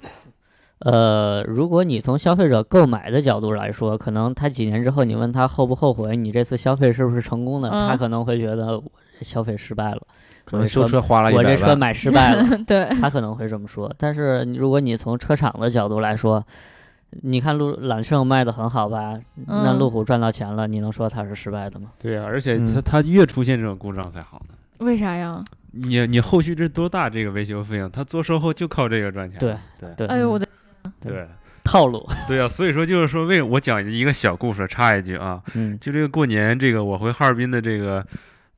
E: 呃，如果你从消费者购买的角度来说，可能他几年之后你问他后不后悔，你这次消费是不是成功的，
B: 嗯
E: 他可能会觉得我这消费失败了，
C: 可能修车花了一
E: 我这
C: 百
E: 车
C: 万，
E: 买失败了，
B: 对，
E: 他可能会这么说。但是如果你从车厂的角度来说，你看路揽胜卖的很好吧，那
B: 嗯
E: 路虎赚到钱了，你能说它是失败的吗？
D: 对啊，而且
C: 嗯
D: 它它越出现这种故障才好呢。
B: 为啥呀？
D: 你你后续这多大这个维修费用？他做售后就靠这个赚钱。
E: 对
D: 对
E: 对，
B: 哎呦我的，
D: 对
E: 套路，
D: 对啊，所以说就是说为我讲一个小故事，插一句啊，
E: 嗯
D: 就这个过年这个我回哈尔滨的这个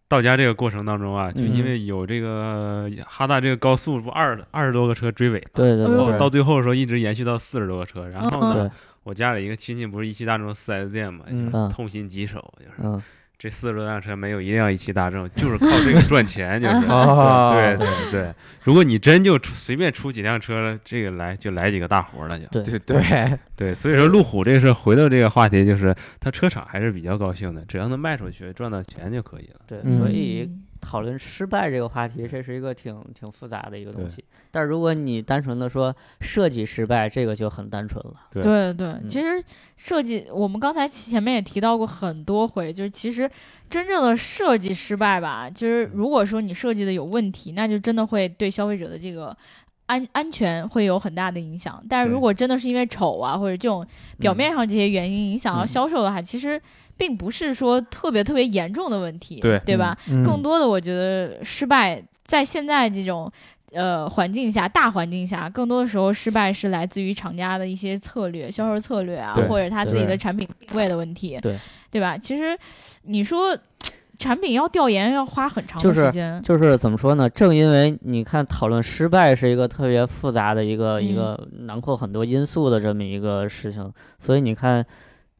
D: 到家这个过程当中啊，就
E: 嗯
D: 因为有这个哈大这个高速不二二十多个车追尾，
E: 对对
B: 哎呦
E: 对嗯
D: 到最后的时候一直延续到四十多个车，然后呢
E: 对，，
D: 我家里一个亲戚不是一汽大众四 S 店嘛，
C: 嗯
D: 就是痛心疾首，就是
E: 嗯，
D: 这四十多辆车没有一辆一汽大众，就是靠这个赚钱，就是
C: 啊
D: 对哦对对。如果你真就出随便出几辆车，这个来就来几个大活了就。
E: 对
C: 对对，
D: 对，所以说路虎这事儿回到这个话题，就是它车厂还是比较高兴的，只要能卖出去赚到钱就可以了。
E: 对，
C: 嗯
E: 所以讨论失败这个话题，这是一个挺挺复杂的一个东
D: 对
E: 西。但如果你单纯的说设计失败，这个就很单纯了。
B: 对对，其实设计我们刚才前面也提到过很多回，就是其实真正的设计失败吧，就是如果说你设计的有问题，那就真的会对消费者的这个安安全会有很大的影响。但是如
D: 对
B: 果真的是因为丑啊或者这种 表面上这些原因影响到
E: 嗯
B: 销售的话，其实并不是说特别特别严重的问题，
D: 对
B: 吧？
E: 嗯
B: 更多的我觉得失败在现在这种呃环境下，大环境下，更多的时候失败是来自于厂家的一些策略、销售策略啊
D: 对，
B: 或者他自己的
C: 对
B: 产品定位的问题，
E: 对
B: 吧？其实你说产品要调研要花很长
E: 就
B: 的
E: 是
B: 时间，
E: 就是怎么说呢？正因为你看，讨论失败是一个特别复杂的一个、
B: 嗯
E: 一个囊括很多因素的这么一个事情，所以你看，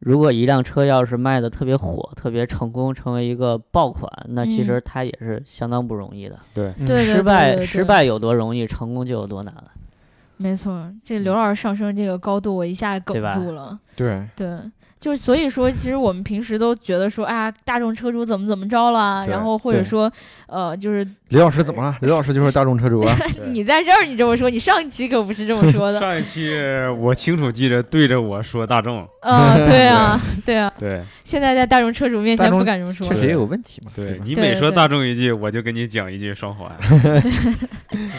E: 如果一辆车要是卖的特别火、特别成功，成为一个爆款，那其实
B: 嗯
E: 它也是相当不容易的。
C: 嗯
B: 对对对
E: 嗯失败
B: 对对
E: 失败有多容易，成功就有多难。
B: 没错。这刘老师上升这个高度，我一下哽
E: 嗯对吧
B: 住了，
C: 对，
B: 对，就是所以说，其实我们平时都觉得说啊，大众车主怎么怎么着了，
C: 对
B: 然后或者
C: 对
B: 说，呃，就是
C: 刘老师 怎么了？刘老师就是大众车主啊，
B: 你在这儿你这么说，你上一期可不是这么说 的，
D: 上一期我清楚记着对着我说大众，
B: 啊，对 啊，对啊，
D: 对
B: 现在在大众车主面
C: 大
B: 前
C: 众
B: 不敢这么说
C: 确，实也有问题嘛，
D: 对，
C: 吧
D: 你
B: 对
D: 每说
B: 对
D: 大众一句，我就跟你讲一句双环。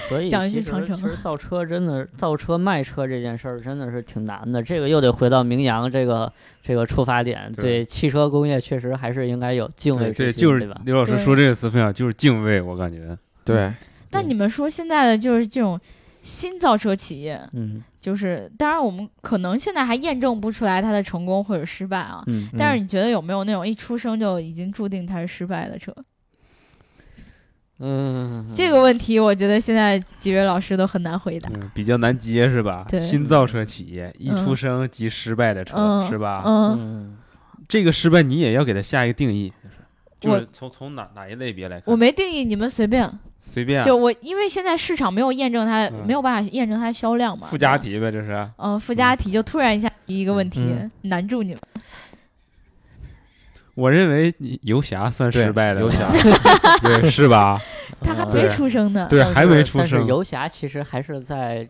E: 所以
B: 讲一
E: 其
B: 句长
E: 实
B: 城
E: 其实造车真的，造车卖车这件事儿真的是挺难的。这个又得回到明阳这个这个出发点，
D: 对
E: 对汽车工业确实还是应该有敬畏
D: 对
E: 之
D: 对，
E: 心，
D: 就是
E: 吧？
D: 刘老师
B: 对
D: 说这个词非常就是敬畏，我感觉
C: 对，
B: 那你们说现在的就是这种新造车企业，
E: 嗯
B: 就是当然我们可能现在还验证不出来它的成功或者失败啊，
E: 嗯，
B: 但
C: 嗯
B: 是你觉得有没有那种一出生就已经注定它是失败的车？
E: 嗯，
B: 这个问题我觉得现在几位老师都很难回答。
D: 嗯比较难接是吧？
B: 对
D: 新造车企业一
B: 嗯
D: 出生即失败的车
B: 嗯
D: 是吧？
C: 啊
B: 嗯，
E: 嗯，
D: 这个失败你也要给它下一个定义，就是
B: 我
D: 就是从从哪哪一类别来看？
B: 我没定义，你们随便。
D: 随便啊
B: 就我，因为现在市场没有验证它，
D: 嗯
B: 没有办法验证它的销量嘛。
D: 附
B: 对
D: 加
B: 吧。
D: 题呗，这是。啊
B: 嗯，附加题就突然一下提一个问题
C: 嗯，
B: 难住你们。
D: 我认为你游侠算
C: 对
D: 失败的，
C: 游 侠，
D: 对是吧？
B: 他还
E: 嗯
B: 没
D: 对
B: 出生呢。 哦
D: 对，
E: 但
D: 还
E: 是
D: 没出
E: 但是
D: 生，
E: 游侠其实还是在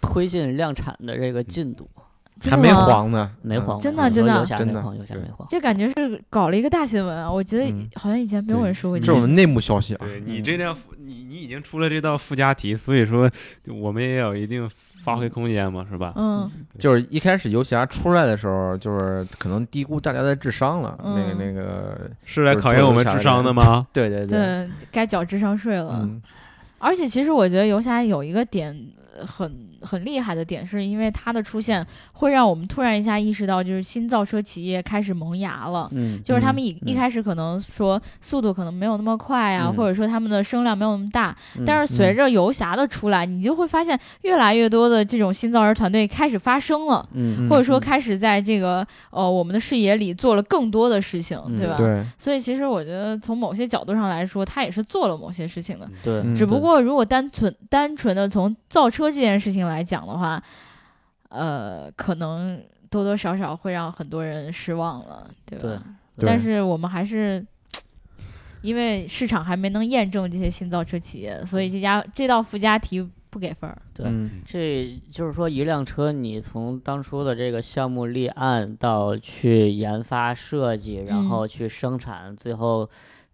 E: 推进量产的这个进度，
B: 真
C: 还
B: 的
C: 没
B: 吗。
C: 黄呢，
E: 没
C: 嗯
E: 慌，
B: 真的
E: 很多
B: 真的
E: 游侠
C: 真
E: 没
C: 的
E: 慌，游侠
D: 对
E: 没慌。
B: 这感觉是搞了一个大新闻啊！我觉得
C: 嗯
B: 好像以前没有人说过
C: 这
B: 这
C: 是
B: 个
C: 我。们内幕消息啊，
E: 嗯
D: 对你这辆附你你已经出了这道附加题，所以说我们也有一定发挥空间嘛，是吧？
B: 嗯，
C: 就是一开始游侠出来的时候，就是可能低估大家的智商了，那个
B: 嗯
C: 那个，
D: 是来
C: 就是
D: 考
C: 做
D: 验我
C: 游
D: 们
C: 侠
D: 智
C: 的
D: 商的
C: 人
D: 吗？
C: 对对，
B: 对，该缴智商税了。
C: 嗯，
B: 而且其实我觉得游侠有一个点呃很很厉害的点，是因为它的出现会让我们突然一下意识到，就是新造车企业开始萌芽了。
E: 嗯，
B: 就是他
C: 嗯
B: 们一、一
E: 嗯
B: 开始可能说速度可能没有那么快啊，
E: 嗯
B: 或者说他们的声量没有那么大，
E: 嗯
B: 但是随着游侠的出来，你就会发现越来越多的这种新造车团队开始发声了。
E: 嗯，
B: 或者说
E: 嗯
B: 开始在这个呃我们的视野里做了更多的事情，
E: 嗯
B: 对吧？
C: 对，
B: 所以其实我觉得从某些角度上来说，他也是做了某些事情的。
E: 对，
C: 嗯
B: 只不过如果单纯单纯的从造车这件事情来讲的话，呃，可能多多少少会让很多人失望了，对吧？
E: 对
C: 对
B: 但是我们还是。因为市场还没能验证这些新造车企业，所以这家这道附加题不给分儿。
E: 对
C: 嗯
E: 这就是说，一辆车你从当初的这个项目立案到去研发设计，然
B: 嗯
E: 后去生产，最后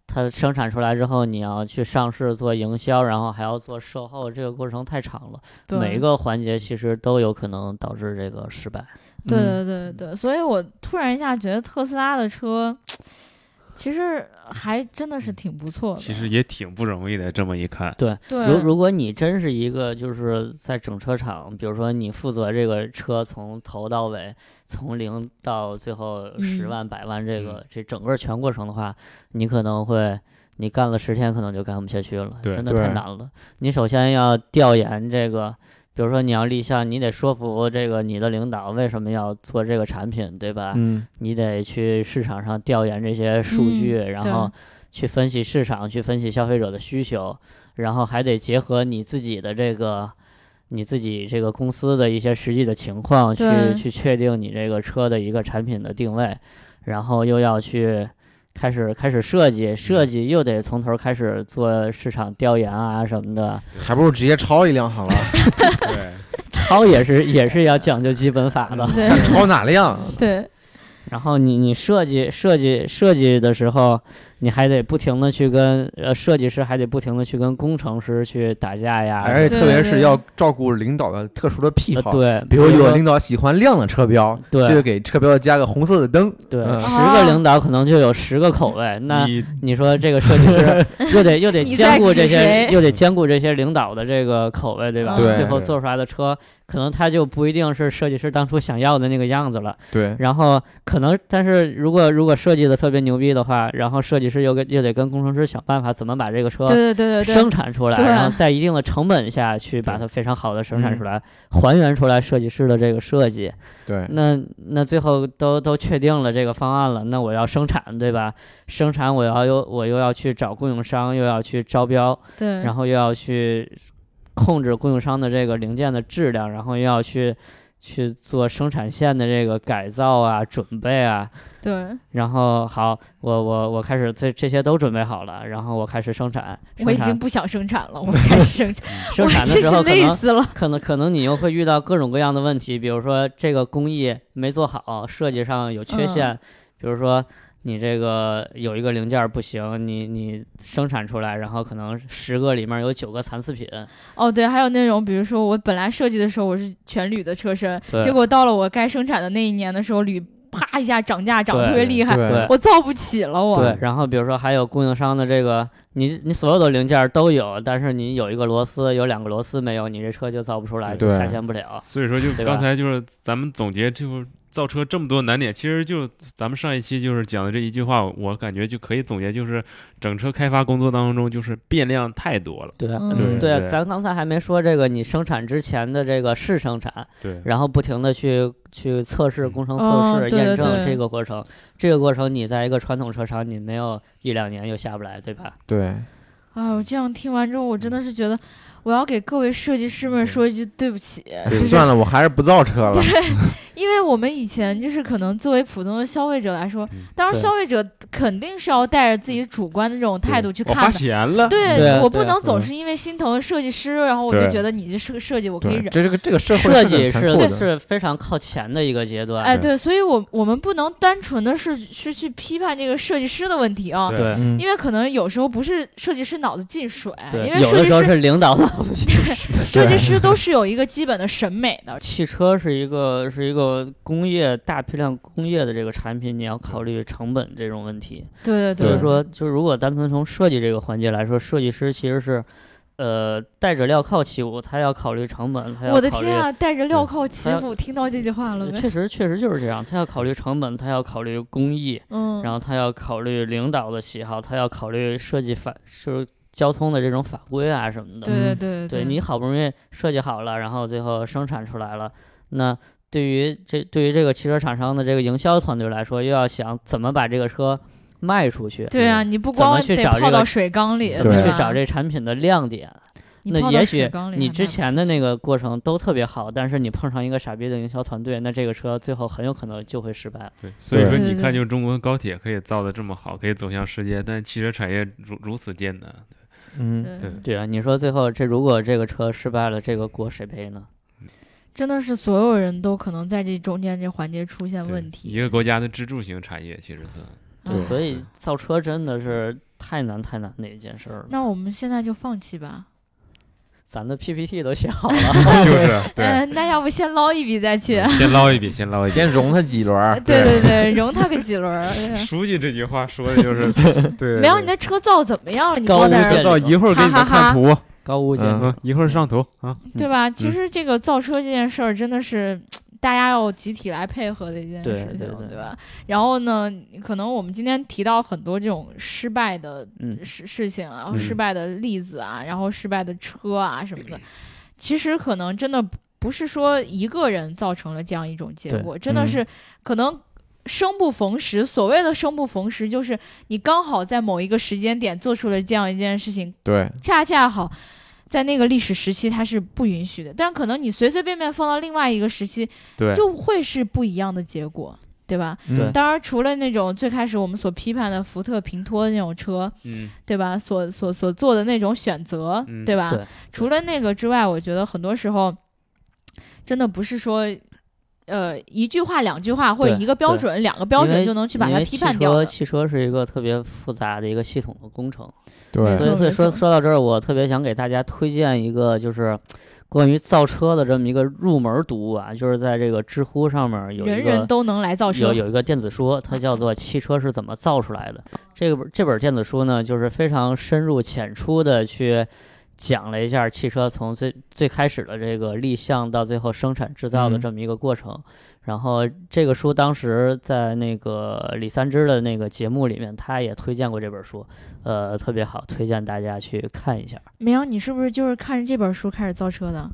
E: 它生产出来之后，你要去上市做营销，然后还要做售后，这个过程太长了，
B: 对
E: 每一个环节其实都有可能导致这个失败。
B: 对
C: 嗯
B: 对对对，所以我突然一下觉得特斯拉的车，其实还真的是挺不错的。
D: 其实也挺不容易的，这么一看，
B: 对，
E: 如如果你真是一个就是在整车厂，比如说你负责这个车从头到尾，从零到最后十
B: 嗯
E: 万、百万这个、
D: 嗯
E: 这整个全过程的话，你可能会你干了十天可能就干不下去了，
D: 对
E: 真的太
C: 对
E: 难了。你首先要调研这个。比如说你要立项，你得说服这个你的领导为什么要做这个产品，对吧？
C: 嗯，
E: 你得去市场上调研这些数
B: 嗯
E: 据，
B: 对
E: 然后去分析市场，去分析消费者的需求，然后还得结合你自己的这个你自己这个公司的一些实际的情况，去
B: 对
E: 去确定你这个车的一个产品的定位，然后又要去。开始开始设计，设计又得从头开始做市场调研啊什 么的，
C: 还不如直接抄一辆好了，
D: 对，
E: 抄也是也是要讲究基本法的。
B: 对
C: 看抄哪
E: 啊
C: 辆？
B: 对
E: 然后你你设计设计设计的时候，你还得不停的去跟呃设计师还得不停的去跟工程师去打架呀，
C: 而且
B: 对
C: 特别
B: 对
C: 是要照顾领导的特殊的癖
E: 呃
C: 好，
E: 对，
C: 比如有
E: 说
C: 的领导喜欢亮的车标，
E: 对
C: 就给车标加个红色的灯，
E: 对、
C: 嗯
E: 十个领导可能就有十个口味， 那
D: 你
E: 你说这个设 计师又得又得
B: 你
E: 兼
B: 在
E: 顾
B: 指
E: 这些
B: 谁
E: 又得兼顾这些领导的这个口味，对吧？
B: 对
E: 最后
D: 对
E: 做出来的车可能它就不一定是设计师当初想要的那个样子了。
C: 对，
E: 然后可能，但是如果如果设计的特别牛逼的话，然后设计师又跟又得跟工程师想办法怎么把这个车
B: 对对对对
E: 生
B: 对，
E: 产出来，
B: 对
E: 然后在一定的成本下去把它非常好的生产出来，还原出来设计师的这个设计。
B: 嗯
C: 对，
E: 那那最后都都确定了这个方案了，那我要生产，对吧？生产我要又我又要去找供应商，又要去招标，
B: 对，
E: 然后又要去控制供应商的这个零件的质量，然后又要去去做生产线的这个改造啊、准备啊。
B: 对，
E: 然后好，我我我开始这这些都准备好了，然后我开始生产。生
B: 我已
E: 产
B: 经不想生产了，我开始生 产，
E: 生
B: 我
E: 产的
B: 真
E: 时候
B: 是
E: 可
B: 累
E: 能
B: 死了。
E: 可能可能你又会遇到各种各样的问题，比如说这个工艺没做好，设计上有缺陷，
B: 嗯
E: 比如说你这个有一个零件儿不行，你你生产出来，然后可能十个里面有九个残次品，
B: 哦，对，还有那种，比如说我本来设计的时候我是全铝的车身，
E: 对
B: 结果到了我该生产的那一年的时候，铝啪一下涨价，涨得特别厉害，
E: 对
B: 我造不起了，我。
E: 对，然后比如说还有供应商的这个，你你所有的零件儿都有，但是你有一个螺丝，有两个螺丝没有，你这车就造不出来，就
C: 对
E: 下线不了。
D: 所以说，就
E: 对吧
D: 刚才就是咱们总结，就是造车这么多难点，其实就咱们上一期就是讲的这一句话，我感觉就可以总结，就是整车开发工作当中，就是变量太多了。
E: 对
B: 嗯
E: 嗯
D: 对
E: 对，
D: 对
E: 咱刚才还没说这个，你生产之前的这个试生产，
D: 对，
E: 然后不停的去去测
C: 嗯
E: 试工程测
B: 哦
E: 试、
B: 对
E: 验
B: 对
E: 证
B: 对
E: 这个过程，这个过程你在一个传统车厂，你没有一两年又下不来，对吧？
C: 对，
B: 哎，我这样听完之后，我真的是觉得，我要给各位设计师们说一句对不起，就
C: 对
B: 是
C: 算了，我还是不造车了。
B: 因为我们以前就是可能作为普通的消费者来说
D: 嗯，
B: 当然
E: 对
B: 消费者肯定是要带着自己主观的这种态度去
D: 我花
B: 看的。
D: 钱 了，
B: 对
E: 对啊
B: 我
E: 对
B: 不
E: 啊
B: 能总
E: 嗯
B: 是因为心疼设计师，然后我就
D: 对
B: 觉得你这设设计我可以
C: 对，
B: 忍。
C: 这这个这个社会
E: 设
C: 是很
E: 计
C: 残
E: 是
C: 酷的
E: 是非常靠前的一个阶段，
B: 哎，
D: 对
B: 对，所以我我们不能单纯的是是去批判这个设计师的问题啊，
D: 对
E: 对。
C: 嗯
B: 因为可能有时候不是设计师脑子进水，
E: 对，
B: 因为
E: 有
B: 设
E: 的
B: 计
E: 时候
B: 师
E: 是领导的。
B: 设计师都是有一个基本的审美 的，
E: 汽车是一个是一个工业大批量工业的这个产品，你要考虑成本这种问题。
B: 对对
E: 所
B: 对，
E: 以说，就如果单纯从设计这个环节来说，设计师其实是，呃，带着镣铐起舞，他要考虑成本，他要
B: 我的
E: 考
B: 天
E: 虑
B: 啊，带着镣铐起
E: 他要
B: 舞，听到这句话了没？
E: 确实，确实就是这样。他要考虑成本，他要考虑工艺，
B: 嗯，
E: 然后他要考虑领导的喜好，他要考虑设计法，就是交通的这种法规啊什么的。
B: 对对对
E: 对你好不容易设计好了，然后最后生产出来了，那对于这对于这个汽车厂商的这个营销团队来说，又要想怎么把这个车卖出去，
B: 对啊，你不
E: 怎么
B: 光
E: 去
B: 得
E: 找这
B: 泡
E: 个
B: 到水缸里，
E: 怎么
B: 对啊
E: 去
B: 吧
E: 找这产品的亮点？
B: 你
E: 那
B: 泡到
E: 也
B: 水
E: 许
B: 缸里
E: 你
B: 还
E: 之
B: 卖不
E: 前
B: 出
E: 的
B: 去
E: 那个过程都特别好，但是你碰上一个傻逼的营销团队，那这个车最后很有可能就会失败了。
D: 对，所以说
B: 对对
D: 你
B: 对
D: 看，就中国高铁可以造的这么好，可以走向世界，但汽车产业如如此艰难。
C: 嗯，
D: 对
E: 对啊，你说最后这如果这个车失败了，这个锅谁背呢？
B: 真的是所有人都可能在这中间这环节出现
D: 对
B: 问
D: 一
B: 题，啊
D: 个国家的支柱型产业其实是，
B: 对
E: 所以造车真的是太难太难的一件事儿了。
B: 那我们现在就放弃吧。
E: 咱的 PPT 都写好了，
D: 就是对，嗯
B: 嗯，那要不先捞一笔再去？。
D: 先捞一笔，先捞一笔。
C: 先容他几轮 儿
B: 对对对，容他个几轮儿。对
D: 书记这句话说的 就是，
C: 对，
B: 没有你的车造怎么样了？你
E: 高
B: 高
E: 屋
B: 点
E: 建
B: 儿，
D: 到一会儿给你们看图，
E: 高屋建
C: 嗯
E: 瓴。
D: 嗯，一会儿上图啊。
B: 对吧？其实这个造车这件事儿真的是。大家要集体来配合的一件
E: 对
B: 事情，
E: 对对
B: 吧？然后呢，可能我们今天提到很多这种失败的
E: 嗯，
B: 事事情啊，
D: 嗯
B: 失败的例子啊，然后失败的车啊什么的， 其实可能真的不是说一个人造成了这样一种结
E: 对
B: 果，真的
C: 嗯
B: 是可能生不逢时。所谓的生不逢时，就是你刚好在某一个时间点做出了这样一件事情，
C: 对
B: 恰恰好。在那个历史时期，它是不允许的，但可能你随随便便放到另外一个时期，
D: 对，
B: 就会是不一样的结果，对吧？
E: 对
C: 嗯
B: 当然，除了那种最开始我们所批判的福特平托的那种车，
D: 嗯，
B: 对吧？所所所做的那种选择，
D: 嗯
B: 对吧？
E: 对
B: 除了那个之外，我觉得很多时候真的不是说，呃，一句话、两句话或者
E: 对
B: 一个标准、两个标
E: 因为
B: 准就能去把
E: 因
B: 它
E: 为
B: 批判掉
E: 汽车
B: 的。
E: 汽车是一个特别复杂的一个系统的工程，
B: 没
E: 所
B: 错
C: 对
E: 以所以说
B: 没错
E: 说到这儿，我特别想给大家推荐一个就是关于造车的这么一个入门读物啊，就是在这个知乎上面有一个
B: 人人都能来
C: 哦
B: 造车
E: 有，有一个电子书，它叫做《汽车是怎么造出来的》。这个本这本电子书呢，就是非常深入浅出的去讲了一下汽车从最最开始的这个立项到最后生产制造的
C: 嗯
E: 这么一个过程。然后这个书当时在那个李三枝的那个节目里面，他也推荐过这本书，呃，特别好，推荐大家去看一下。
B: 梅阳，你是不是就是看着这本书开始造车的？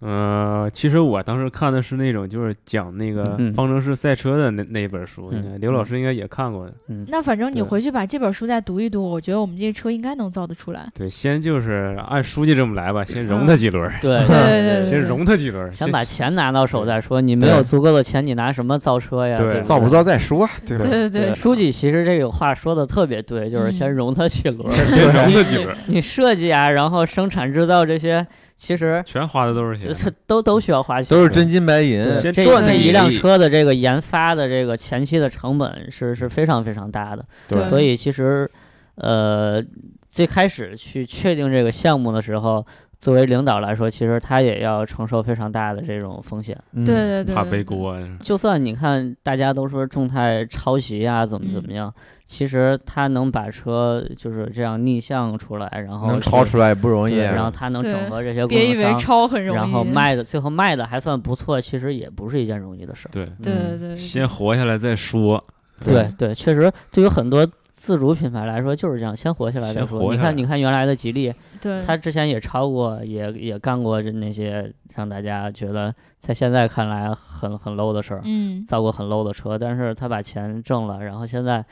D: 呃，其实我当时看的是那种就是讲那个
E: 嗯
D: 方程式赛车的那那一本书，
E: 嗯
D: 应该刘老师应该也看过的。
B: 那反正你
E: 对
B: 回去把这本书再读一读，我觉得我们这车应该能造得出来。
D: 对，先就是按书记这么来吧，先容他几轮儿，
E: 对
B: 对嗯对对
D: 先容他几轮儿，
E: 想
D: 先
E: 把钱拿到手再说，你没有
C: 对
E: 足够的钱，你拿什么造车呀？
D: 对
E: 对，
C: 造不？造再说，对吧？
B: 对对
E: 对，书记其实这个话说的特别对，就是
B: 嗯
E: 先容他几 轮儿。
D: 先容他几轮儿，
E: 你设计啊，然后生产制造这些，其实
D: 全花的都是
E: 这
D: 钱
E: 这。都都需要花钱。
C: 都是真金白银。
E: 对
D: 先
E: 这
D: 赚
E: 这
D: 自己
E: 一
D: 的
E: 辆
D: 利益
E: 车的这个研发的这个前期的成本是是非常非常大的，
B: 对
E: 所以其实，呃，最开始去确定这个项目的时候，作为领导来说，其实他也要承受非常大的这种风险。
C: 嗯
B: 对对对，
D: 怕
B: 对
D: 背。锅啊，
E: 就算你看大家都说众泰抄袭啊，怎么怎
B: 嗯
E: 么样，其实他能把车就是这样逆向出来，然后
C: 能超
E: 是
C: 出来也不容易啊
E: 对。然后他能
B: 对
E: 整合这些
B: 对
E: 供应
B: 别以为
E: 商
B: 抄很容易，
E: 然后卖的最后卖的还算不错，其实也不是一件容易的事儿。
D: 对，
B: 对，对
E: 嗯
B: 对，对
D: 先活下来再说。
E: 对对，确实对于很多自主品牌来说就是这样，先活下来再
D: 先
E: 说。
D: 活
E: 你
D: 下来
E: 看，你看原来的吉利，
B: 对，
E: 他之前也超过，也也干过那些让大家觉得在现在看来很很 low 的事儿，
B: 嗯，
E: 造过很 low 的车，但是他把钱挣了，然后现在。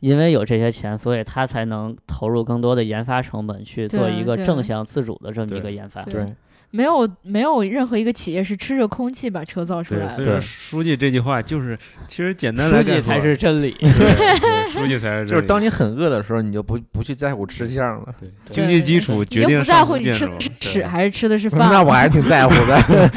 E: 因为有这些钱，所以他才能投入更多的研发成本去做
B: 对
E: 一个
B: 对
E: 正向自主的这么一
D: 对
E: 个研发。
B: 对没有没有任何一个企业是吃着空气把车造出
D: 对，
B: 来
D: 所以
B: 的。
D: 说书记这句话就是，其实简单
E: 书
D: 来
E: 记
D: 概
E: 才
D: 括
E: 是真 理。
D: 对对书记才是
C: 就是当
D: 你
C: 你很饿的时候，你就不不去在乎吃相了。
D: 经济基础
B: 已
D: 决
B: 经
D: 定
B: 不在
D: 上
B: 乎
D: 层
B: 你
D: 建
B: 吃
D: 筑
B: 的是
D: 对
B: 屎还是吃的是饭，
C: 那我还挺在乎 的。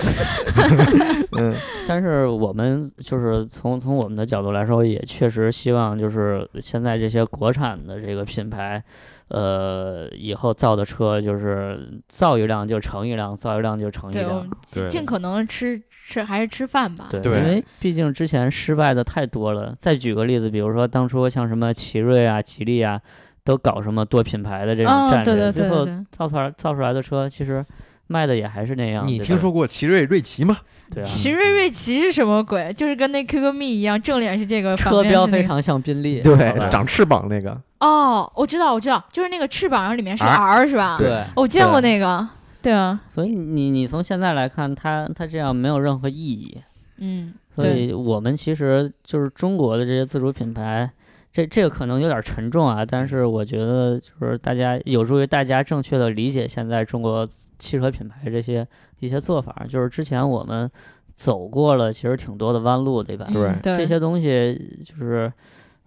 C: 嗯，
E: 但是我们就是从从我们的角度来说，也确实希望就是现在这些国产的这个品牌，呃，以后造的车就是造一辆就成一辆，造一辆就成一
B: 对，我们
E: 辆。
B: 尽
D: 对
B: 尽可能吃吃还是吃饭吧。
E: 对，
C: 对
E: 因为毕竟之前失败的太多了。再举个例子，比如说当初像什么奇瑞啊、吉利啊，都搞什么多品牌的这种
B: 啊
E: 战
B: 对对对
E: 略，最后
B: 对对
E: 造出来造出来的车，其实卖的也还是那样。
C: 你
E: 对吧
C: 听说过奇瑞瑞奇吗？
E: 对啊？
B: 奇瑞瑞奇是什么鬼？就是跟那 QQ 蜜一样，正脸是这个，
E: 车
B: 反面
E: 标
B: 是那
E: 非
B: 个
E: 常像宾利，
C: 对
E: 好吧，
C: 长翅膀那个。
B: 哦，我知道，我知道，就是那个翅膀上里面是 R 是吧？
E: 啊对。
B: 哦我见过那个，对啊，
E: 所以你你从现在来看，它它这样没有任何意义。
B: 嗯，
E: 所以我们其实就是中国的这些自主品牌，这这个可能有点沉重啊，但是我觉得就是大家有助于大家正确的理解现在中国汽车品牌这些一些做法。就是之前我们走过了其实挺多的弯路，对吧？
B: 嗯
C: 对
B: 对
E: 这些东西就是。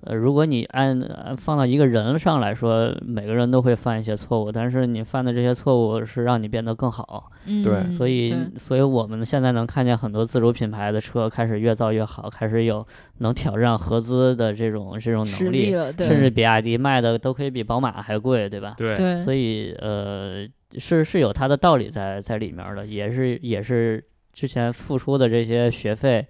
E: 呃，如果你按按放到一个人上来说，每个人都会犯一些错误，但是你犯的这些错误是让你变得更好，
B: 嗯
C: 对
E: 所以
B: 对，
E: 所以我们现在能看见很多自主品牌的车开始越造越好，开始有能挑战合资的这种这种
B: 实
E: 能
B: 力
E: 力，
B: 了，对
E: 甚至比亚迪卖的都可以比宝马还贵，对吧？
D: 对
B: 对
E: 所以呃，是是有它的道理在在里面儿的，也是也是之前付出的这些学费，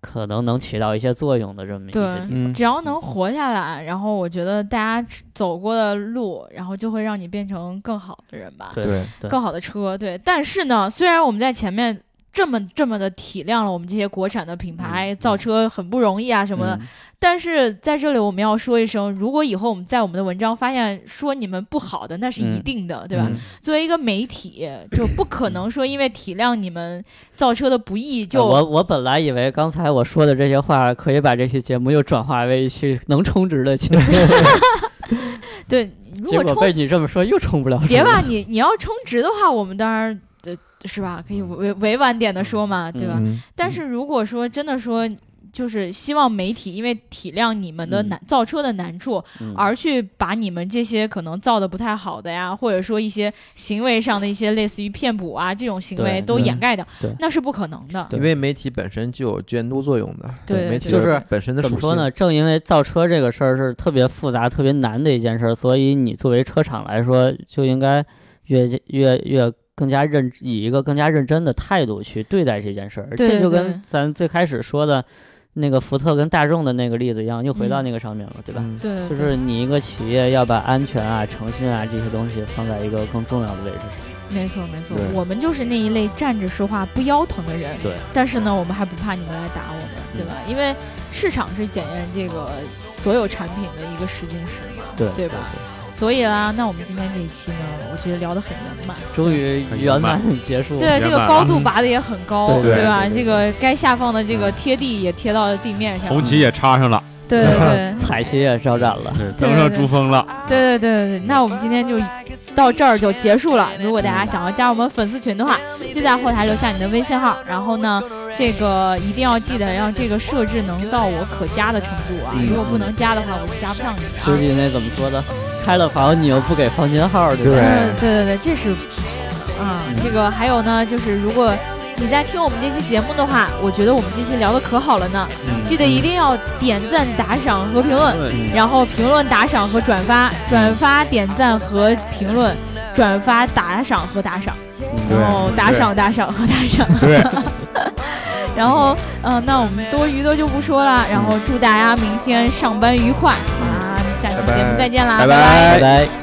E: 可能能起到一些作用的这么一些
B: 对
E: 地方。
C: 嗯
B: 只要能活下来，然后我觉得大家吃走过的路，然后就会让你变成更好的人吧，
E: 对
C: 对，
E: 对
B: 更好的车，对。但是呢，虽然我们在前面这么这么的体谅了我们这些国产的品牌、
E: 嗯
B: 造车很不容易啊什么的，
E: 嗯
B: 但是在这里我们要说一声，如果以后我们在我们的文章发现说你们不好的，那是一
C: 嗯
B: 定的，对吧？
E: 嗯
B: 作为一个媒体，就不可能说因为体谅你们造车的不易
E: 呃
B: 就、
E: 我我本来以为刚才我说的这些话可以把这期节目又转化为一期能充值 的节目，
B: 对。如
E: 结
B: 果
E: 果
B: 充
E: 被你这么说又充不 了值。
B: 别吧，你你要充值的话，我们当然呃是吧，可以
E: 嗯
B: 委委婉点的说嘛，对吧？
C: 嗯，
B: 但是如果说真的说，就是希望媒体因为体谅你们的
E: 嗯
B: 难、造车的难处，
E: 嗯
B: 而去把你们这些可能造的不太好的呀，或者说一些行为上的一些类似于骗补啊这种行为
E: 对
B: 都
E: 对
B: 掩盖掉
E: 对，
B: 那是不可能的。
E: 对
C: 因为媒体本身就有监督作用的，
B: 对对
C: 媒体
E: 对就是
C: 本身的
E: 怎
C: 属
E: 么
C: 性。
E: 说呢？正因为造车这个事儿是特别复杂、特别难的一件事儿，所以你作为车厂来说，就应该越越越更加认以一个更加认真的态度去对待这件事儿。
B: 对对
E: 这就
B: 对
E: 跟咱最开始说的那个福特跟大众的那个例子一样，又回到那个上面了，对吧？
C: 嗯？
B: 对对
E: 就
B: 对
E: 是你一个企业要把安全啊、诚信啊这些东西放在一个更重要的位置上。
B: 没错没错
C: 对，
B: 我们就是那一类站着说话不腰疼的人。
E: 对，
B: 但是呢，我们还不怕你们来打我们，对吧？因为市场是检验这个所有产品的一个试金石嘛，
E: 对
B: 对吧？所以啦，那我们今天这一期呢，我觉得聊得很圆满。
E: 终于
D: 很
E: 圆
D: 圆
E: 满
D: 满
E: 结束。
B: 对，
D: 圆
B: 这个
D: 满
B: 高
D: 了
B: 度拔的也很高，
E: 对
C: 对
B: 吧？
D: 对对
B: 这个该下放的这个贴地也贴到地面上
D: 红
B: 了，
D: 旗也插上了，
B: 对对对
E: 彩旗也招展了，
D: 对，登上珠峰了，
B: 对对对对对。那我们今天就到这儿就结束了。如果大家想要加我们粉丝群的话，就在后台留下你的微信号，然后呢，这个一定要记得让这个设置能到我可加的程度啊。
E: 嗯
B: 如果不能加的话，我就加不上你
E: 书
B: 啊。
E: 记那怎么说的？开了房你又不给房间号，对
C: 对
E: 吧？
B: 嗯，对对对，这是啊，这个还有呢，就是如果你在听我们这期节目的话，我觉得我们这期聊的可好了呢。
D: 嗯
B: 记得一定要点赞、打赏和评论，
D: 对
B: 然后评论、打赏和转发，转发、点赞和评论，转发、打赏和打赏，
C: 对
B: 然后哦打赏、打赏和 打赏。
C: 对，
B: 然后，嗯、那我们多余的就不说了。
C: 嗯
B: 然后祝大家明天上班愉快啊！下期节目再见啦，
C: 拜拜
B: 拜
E: 拜拜。